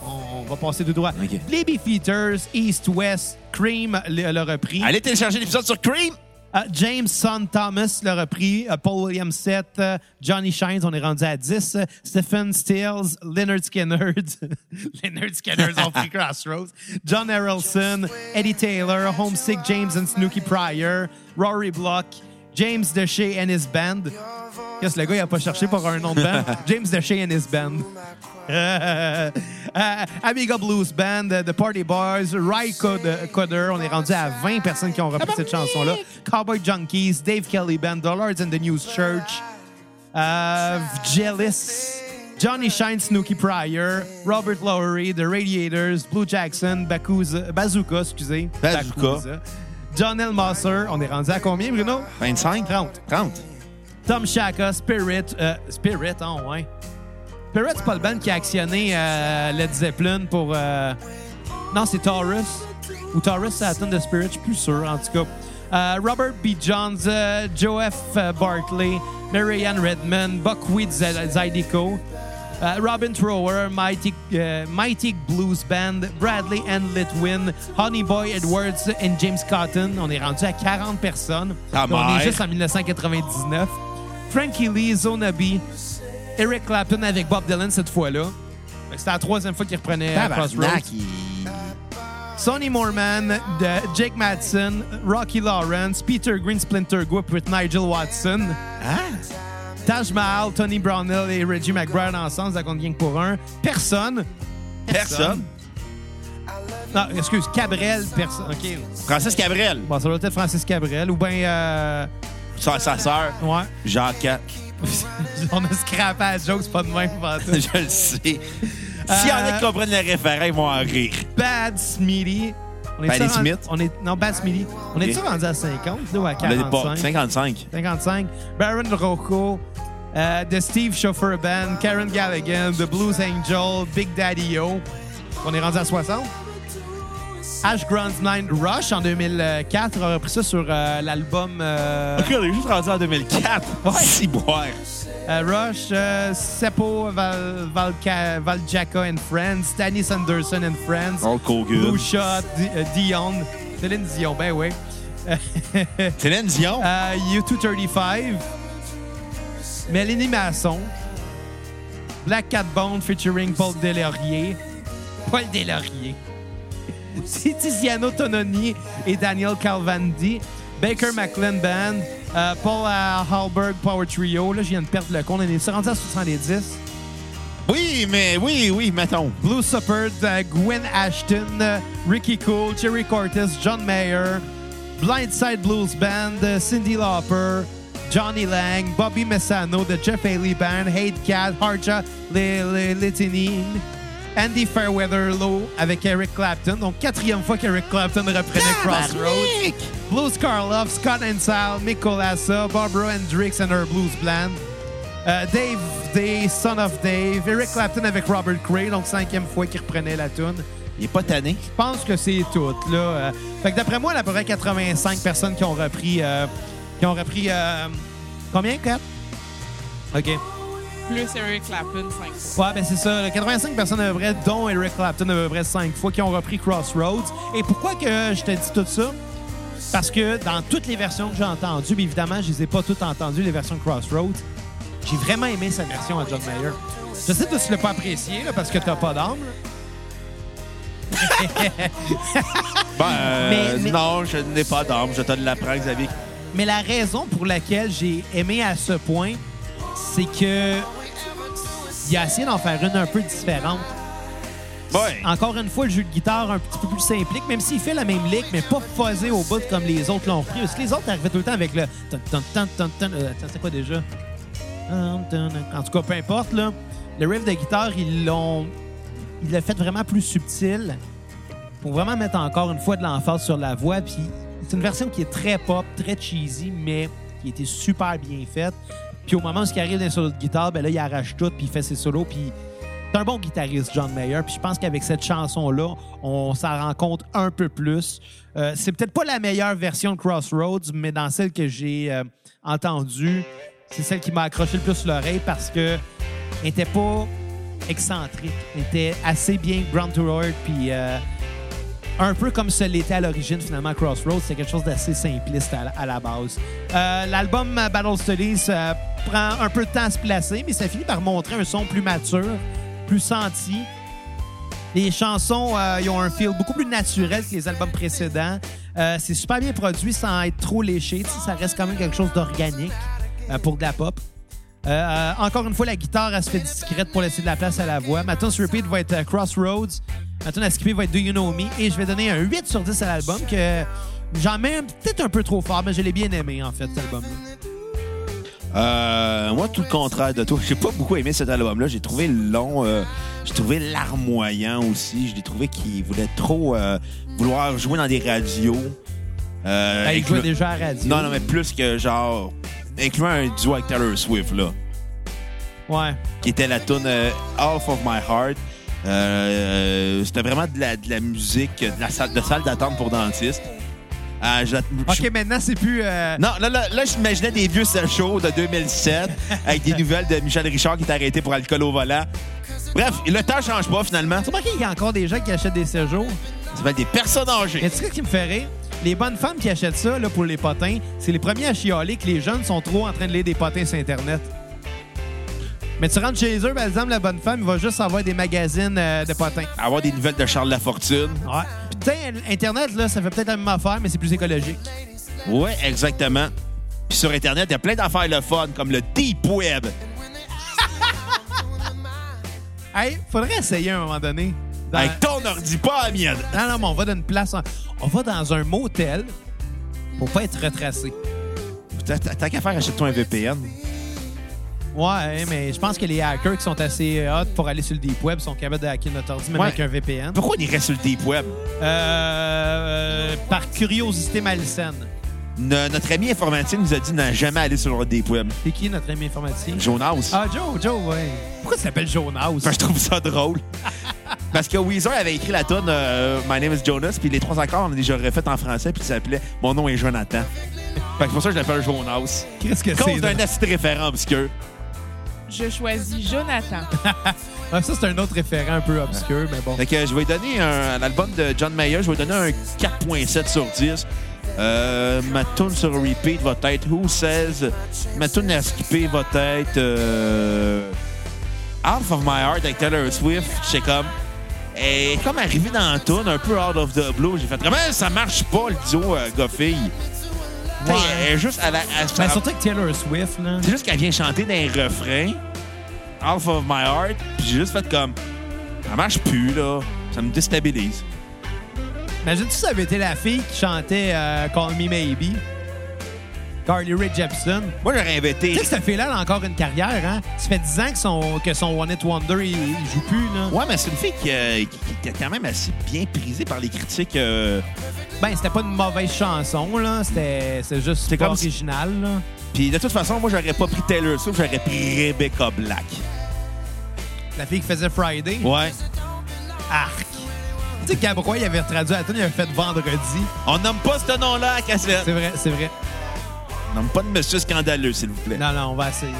on- on va passer tout droit.
Ok.
Les Beefeaters, East West, Cream l'a l'a repris.
Allez télécharger l'épisode sur Cream!
Euh, James Son Thomas l'a repris. euh, Paul Williams 7, Johnny Shines, on est rendu à 10. euh, Stephen Stills, Leonard Skinner. Leonard Skinner ont pris Crossroads. John Harrelson, Eddie Taylor, Homesick James and Snooky Pryor, Rory Block, James DeShay and his band. Qu'est-ce que le gars, il a pas cherché pour un nom de band? James DeShay and his band. Euh, euh, Amiga Blues Band, euh, The Party Boys, Ry Cod- Coder. On est rendu à 20 personnes qui ont repris cette chanson-là. Cowboy Junkies, Dave Kelly Band, Dollars and the News Church, euh, Jealous, Johnny Shine, Snooky Pryor, Robert Lowry, The Radiators, Blue Jackson, Bakuza- Bazooka, excusez.
Bazooka.
John L. Mosser. On est rendu à combien, Bruno?
25?
30.
30.
Tom Shaka, Spirit. euh, Spirit, hein, ouais. Spirit, c'est pas le band qui a actionné euh, Led Zeppelin pour. euh, Non, c'est Taurus. ou Taurus Satin de Spirit, je suis plus sûr, en tout cas. Euh, Robert B. Johns, euh, Joe F. Bartley, Marianne Redmond, Buckwheat Z- Zydeco, euh, Robin Thrower, Mighty, euh, Mighty Blues Band, Bradley and Litwin, Honey Boy Edwards et James Cotton. On est rendu à 40 personnes.
Ta
On
mère.
est juste en 1999. Frankie Lee, Zona B, Eric Clapton avec Bob Dylan cette fois-là. Fait que C'était la troisième fois qu'il reprenait euh, Crossroads.
Tabarnak, il-
Sonny Moorman, de Jake Madsen, Rocky Lawrence, Peter Green Splinter Group with Nigel Watson,
Hein?
Taj Mahal, Tony Brownell et Reggie McBride ensemble, ça compte rien que pour un. Personne.
Personne.
Non, excuse, Cabrel, personne. OK.
Francis Cabrel,
Bon, ça doit être Francis Cabrel ou bien. Euh...
sa, sa sœur,
Ouais.
Jacques.
On a scrappé la joke, c'est pas de même, pas tout.
Je le sais. S'il y en a qui comprennent le référent, ils vont en rire.
Bad Smitty. On est
Bad
rendu-
Smith?
On est, non, Bad Smitty. On est-tu rendu à 50 ou à
On a des
45?
pas. 55.
55. Baron Rocco, euh, The Steve Chauffeur Band, Karen Gallagher, The Blues Angel, Big Daddy Yo. On est rendu à 60. Ash Grant's Nine Rush en 2004 a repris ça sur euh, l'album euh,
Ok, on est juste rendu en 2004.
Ouais.
Si boire.
euh, Rush, euh, Seppo Val, Valca- Valjaka and Friends, Danny Sanderson and Friends,
Hulk Hogan.
Blue Shot, Di- euh, Dion, Céline Dion, ben oui.
Céline Dion.
Euh, U235, Mélanie Masson, Black Cat Bone featuring Paul Delaurier. Paul Delaurier. C'est Tiziano Tononi et Daniel Calvandi. Baker McLean Band, euh, Paul euh, Halberg Power Trio. Là, je viens de perdre le compte. On est rendu à 70.
Oui, mais oui, oui, mettons.
Blue Support, euh, Gwen Ashton, euh, Ricky Cool, Cherry Cortez, John Mayer, Blindside Blues Band, euh, Cindy Lauper, Johnny Lang, Bobby Messano, The Jeff Haley Band, Hate Cat, Harja Le- Le- Litini, Andy Fairweather Low avec Eric Clapton. Donc, quatrième fois qu'Eric Clapton reprenait Crossroads. Blues Karloff, Scott Ansel, Mick Colassa, Barbara Hendricks and her Blues Band. Euh, Dave Day, Son of Dave, Eric Clapton avec Robert Cray, donc cinquième fois qu'il reprenait la tune.
Il est pas tanné.
Je pense que c'est tout. Là. Euh, fait que d'après moi, il y a à peu près 85 personnes qui ont repris. euh, qui ont repris. euh, combien, Cap? OK.
Plus Eric Clapton, 5 fois.
Ouais, ben c'est ça. là. 85 personnes à peu près, dont Eric Clapton à peu près 5 fois, qui ont repris Crossroads. Et pourquoi que je te dis tout ça? Parce que dans toutes les versions que j'ai entendues, bien évidemment, je les ai pas toutes entendues, les versions de Crossroads, j'ai vraiment aimé sa version à John Mayer. Je sais que tu l'as pas apprécié, là, parce que t'as pas d'âme. là.
Ben, euh,
Mais- mais-
non, je n'ai pas d'âme. Je te l'apprends, Xavier.
Mais la raison pour laquelle j'ai aimé à ce point, c'est que il a essayé d'en faire une un peu différente.
Ouais.
Encore une fois, le jeu de guitare un petit peu plus simplique, même s'il fait la même lick, mais pas fuzzé au bout comme les autres l'ont repris. Parce que les autres arrivaient tout le temps avec le... tun, tun, tun, tun, tun. Euh, attends, c'est quoi déjà? Tun, tun, tun. En tout cas, peu importe. Là, le riff de guitare, ils l'ont... Il l'a fait vraiment plus subtil pour vraiment mettre encore une fois de l'emphase sur la voix. Puis c'est une version qui est très pop, très cheesy, mais qui était super bien faite. Puis au moment où il arrive dans les solos de guitare, ben là, il arrache tout, puis il fait ses solos, puis c'est un bon guitariste, John Mayer. Puis je pense qu'avec cette chanson-là, on s'en rend compte un peu plus. Euh, c'est peut-être pas la meilleure version de Crossroads, mais dans celle que j'ai euh, entendue, c'est celle qui m'a accroché le plus l'oreille parce que elle était pas excentrique, elle était assez bien ground to earth, puis euh, un peu comme ce l'était à l'origine finalement Crossroads, c'est quelque chose d'assez simpliste à la, à la base. Euh, L'album euh, Battle Studies euh, prend un peu de temps à se placer, mais ça finit par montrer un son plus mature, plus senti. Les chansons, euh, ils ont un feel beaucoup plus naturel que les albums précédents. Euh, c'est super bien produit sans être trop léché. Tu sais, Ça reste quand même quelque chose d'organique euh, pour de la pop. Euh, euh, encore une fois, la guitare, elle se fait discrète pour laisser de la place à la voix. Ma tune sur repeat va être euh, Crossroads. Ma tune à skipper va être Do You Know Me. Et je vais donner un 8 sur 10 à l'album que j'en mets un- peut-être un peu trop fort, mais je l'ai bien aimé, en fait, cet
Ben,
album-là.
Euh, moi, tout le contraire de toi. J'ai pas beaucoup aimé cet album-là. J'ai trouvé long. euh, j'ai trouvé larmoyant aussi. Je l'ai trouvé qu'il voulait trop euh, vouloir jouer dans des radios. Euh,
Ben, il jouait
inclu-
déjà à la radio.
Non, non, mais plus que genre. Incluant un duo avec Taylor Swift, là.
Ouais.
Qui était la tune Half euh, of My Heart. Euh, euh, C'était vraiment de la, de la musique, de la salle de salle d'attente pour dentistes. Ah, je- je-
OK, maintenant, c'est plus... euh,
Non, là, là, là, j'imaginais des vieux shows de 2007 avec des nouvelles de Michel Richard qui est arrêté pour alcool au volant. Bref, le temps change pas finalement.
Tu remarques qu'il y a encore des gens qui achètent des séjours?
Ça s'appelle des personnes âgées.
Mais tu sais ce qui me fait rire? Les bonnes femmes qui achètent ça là, pour les potins, c'est les premiers à chialer que les jeunes sont trop en train de lire des potins sur Internet. Mais tu rentres chez eux, par exemple, la bonne femme, il va juste avoir des magazines euh, de potins.
Avoir des nouvelles de Charles Lafortune.
Ouais. Putain, Internet, là, ça fait peut-être la même affaire, mais c'est plus écologique.
Ouais, exactement. Puis sur Internet, il y a plein d'affaires le fun, comme le Deep Web.
Hey, faudrait essayer à un moment donné. Dans-
Avec ton ordi, pas la mienne.
Non, non, mais on va dans une place. en- On va dans un motel pour pas être retracé.
Putain, Tant tant qu'à faire, achète-toi un VPN.
Ouais, mais je pense que les hackers qui sont assez euh, hot pour aller sur le Deep Web sont capables de hacker notre ordi, même
Ouais.
avec un VPN.
Pourquoi on irait sur le Deep Web?
Euh, euh, par curiosité malsaine.
Ne- notre ami informatique nous a dit de ne jamais aller sur le Deep Web.
C'est qui notre ami informaticien?
Jonas.
Ah, Joe, Joe, ouais. Pourquoi ça s'appelle Jonas?
Parce que je trouve ça drôle. Parce que Weezer avait écrit la tonne euh, My Name is Jonas, puis les trois accords, on l'a déjà refait en français, puis ça s'appelait Mon nom est Jonathan. Fait que c'est pour ça que je l'appelle Jonas.
Qu'est-ce que
Cause
c'est?
d'un
là?
acide référent obscur.
Je choisis Jonathan.
Ah, ça, c'est un autre référent un peu obscur, mais bon.
Fait que je vais donner un, à l'album de John Mayer, je vais donner un 4.7 sur 10. Euh, ma tune sur repeat va être Who Says. Ma tune à skipper va être euh, Half of My Heart avec Taylor Swift. J'étais comme. Elle est comme arrivée dans la tune, un peu out of the blue. J'ai fait vraiment, ça marche pas le duo euh, gars-fille. T'sais,
Ouais.
Elle est juste à la. à-
Mais Ben, surtout que Taylor Swift, là.
c'est juste qu'elle vient chanter dans les refrains, Half of My Heart, puis j'ai juste fait comme. Ça marche plus, là. Ça me déstabilise.
Imagine-tu si ça avait été la fille qui chantait euh, Call Me Maybe? Carly Rae Jepsen.
Moi, j'aurais invité.
Tu sais que cette fille-là elle a encore une carrière, hein? Ça fait 10 ans que son, que son One It Wonder, il, il joue plus, là.
Ouais, mais c'est une fille qui, euh, qui, qui était quand même assez bien prisée par les critiques. euh,
Ben, c'était pas une mauvaise chanson, là. C'était c'était juste pas
comme si-
original, là.
Puis de toute façon, moi, j'aurais pas pris Taylor Swift, j'aurais pris Rebecca Black.
La fille qui faisait Friday.
Ouais.
Arc. Tu sais, Gabrois, il avait traduit la tune, il avait fait vendredi.
On nomme pas ce nom-là à cassette.
C'est vrai, c'est vrai.
On nomme pas de monsieur scandaleux, s'il vous plaît.
Non, non, on va essayer.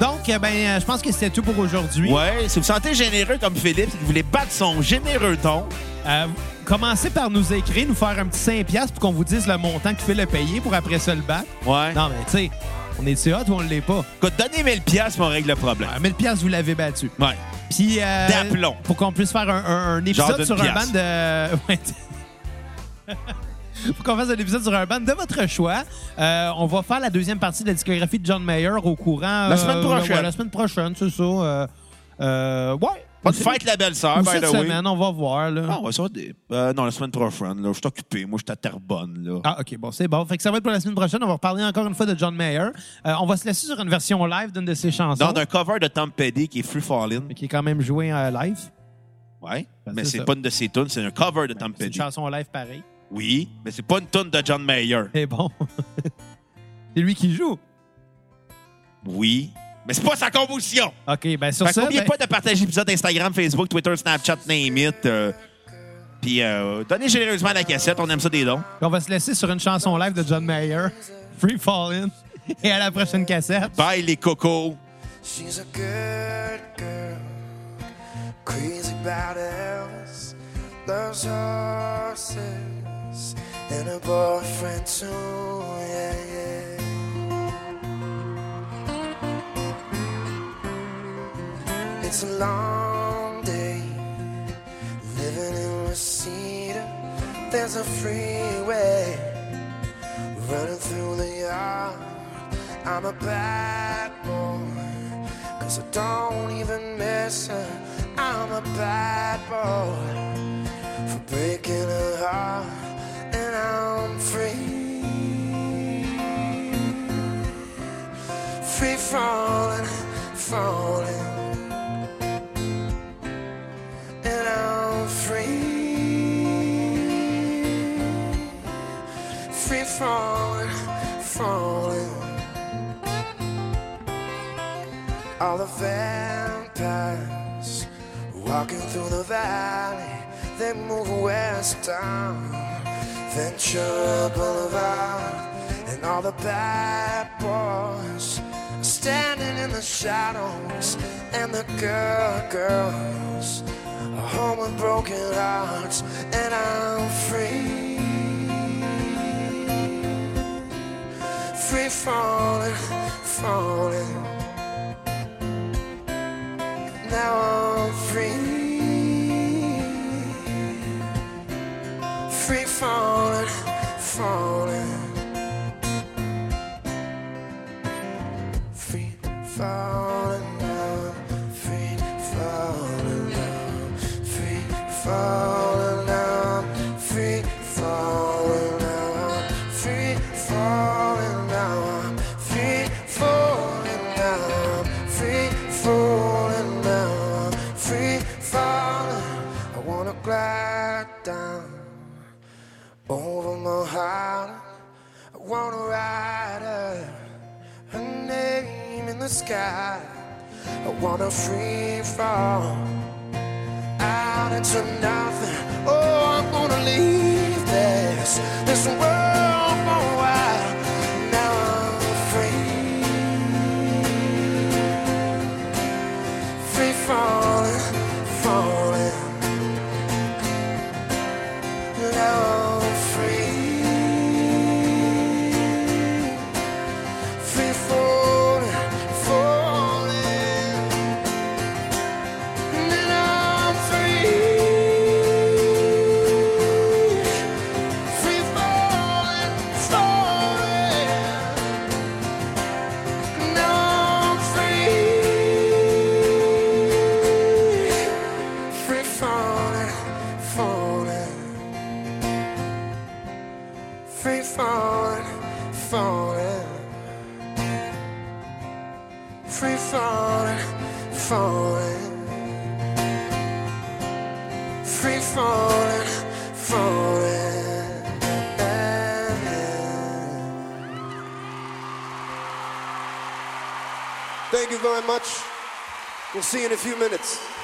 Donc, euh, ben, euh, je pense que c'était tout pour aujourd'hui.
Ouais, si vous sentez généreux comme Philippe, si vous voulez battre son généreux ton,
Euh, commencez par nous écrire, nous faire un petit 5$ piastres pour qu'on vous dise le montant qu'il fait le payer pour après ça le battre.
ouais.
Non, mais tu sais, on est-tu hot ou on l'est pas?
Écoute, donnez 1000 piastres, puis on règle le problème.
À 1000$, piastres, vous l'avez battu.
Ouais.
Puis. euh,
D'aplomb.
Pour qu'on puisse faire un, un- un
Genre
épisode
d'une
sur un
pièce.
band de. Ouais. pour qu'on fasse un épisode sur un band de votre choix. Euh, on va faire la deuxième partie de la discographie de John Mayer au courant.
La semaine prochaine.
ouais, la semaine prochaine, c'est ça. Euh, euh, ouais.
Bonne fête, la belle-sœur,
Ou
by
cette
the way.
semaine, on va voir. Là.
Ah, ouais, ça va des- euh, non, la semaine prochaine, là. Je suis occupé. Moi, je suis à Terrebonne, là.
Ah, OK, bon, c'est bon. Fait que ça va être pour la semaine prochaine. On va reparler encore une fois de John Mayer. Euh, on va se laisser sur une version live d'une de ses chansons.
Dans un cover de Tom Petty qui est Free Fallin'.
Qui est quand même jouée euh, live.
Ouais.
Ben,
mais
c'est
c'est
ça. Ben,
pas une de ses tunes, c'est un cover de Tom
C'est une
Petty.
chanson live pareil.
Oui, mais c'est pas une tune de John Mayer.
Mais bon. c'est lui qui joue.
Oui. Mais c'est pas sa composition.
OK, ben sur
Fait
ça.
qu'oubliez
ben-
pas de partager l'épisode Instagram, Facebook, Twitter, Snapchat, name it. euh, Puis euh, donnez généreusement à la cassette, on aime ça des dons.
On va se laisser sur une chanson live de John Mayer, Free Fallin', et à la prochaine cassette.
Bye les cocos.
She's a good girl, crazy about us, loves horses and a boyfriend too. Yeah, yeah. It's a long day living in Reseda. There's a freeway running through the yard. I'm a bad boy, cause I don't even miss her. I'm a bad boy for breaking her heart, and I'm free. Free falling, falling, and I'm free. Free falling, falling. All the vampires Walking through the valley, then move west down Ventura Boulevard, and all the bad boys are standing in the shadows, and the good girls are home with broken hearts, and I'm free, free falling, falling. Now I'm free. Free falling, falling. Free falling now. Free falling now. Free falling now. Free falling now. Free falling now. Free falling now. Free falling now. Free falling. I wanna glide down over my heart. I wanna ride her, her name in the sky. I wanna free fall out into nothing. Oh, I'm gonna leave this this world for a while. Now I'm free, free falling, falling. Now I'm free, free falling, falling. And then I'm free, free falling, falling. Now I'm free, free falling, falling. Free falling, falling. Free falling, falling. Free falling, falling. Thank you very much. We'll see you in a few minutes.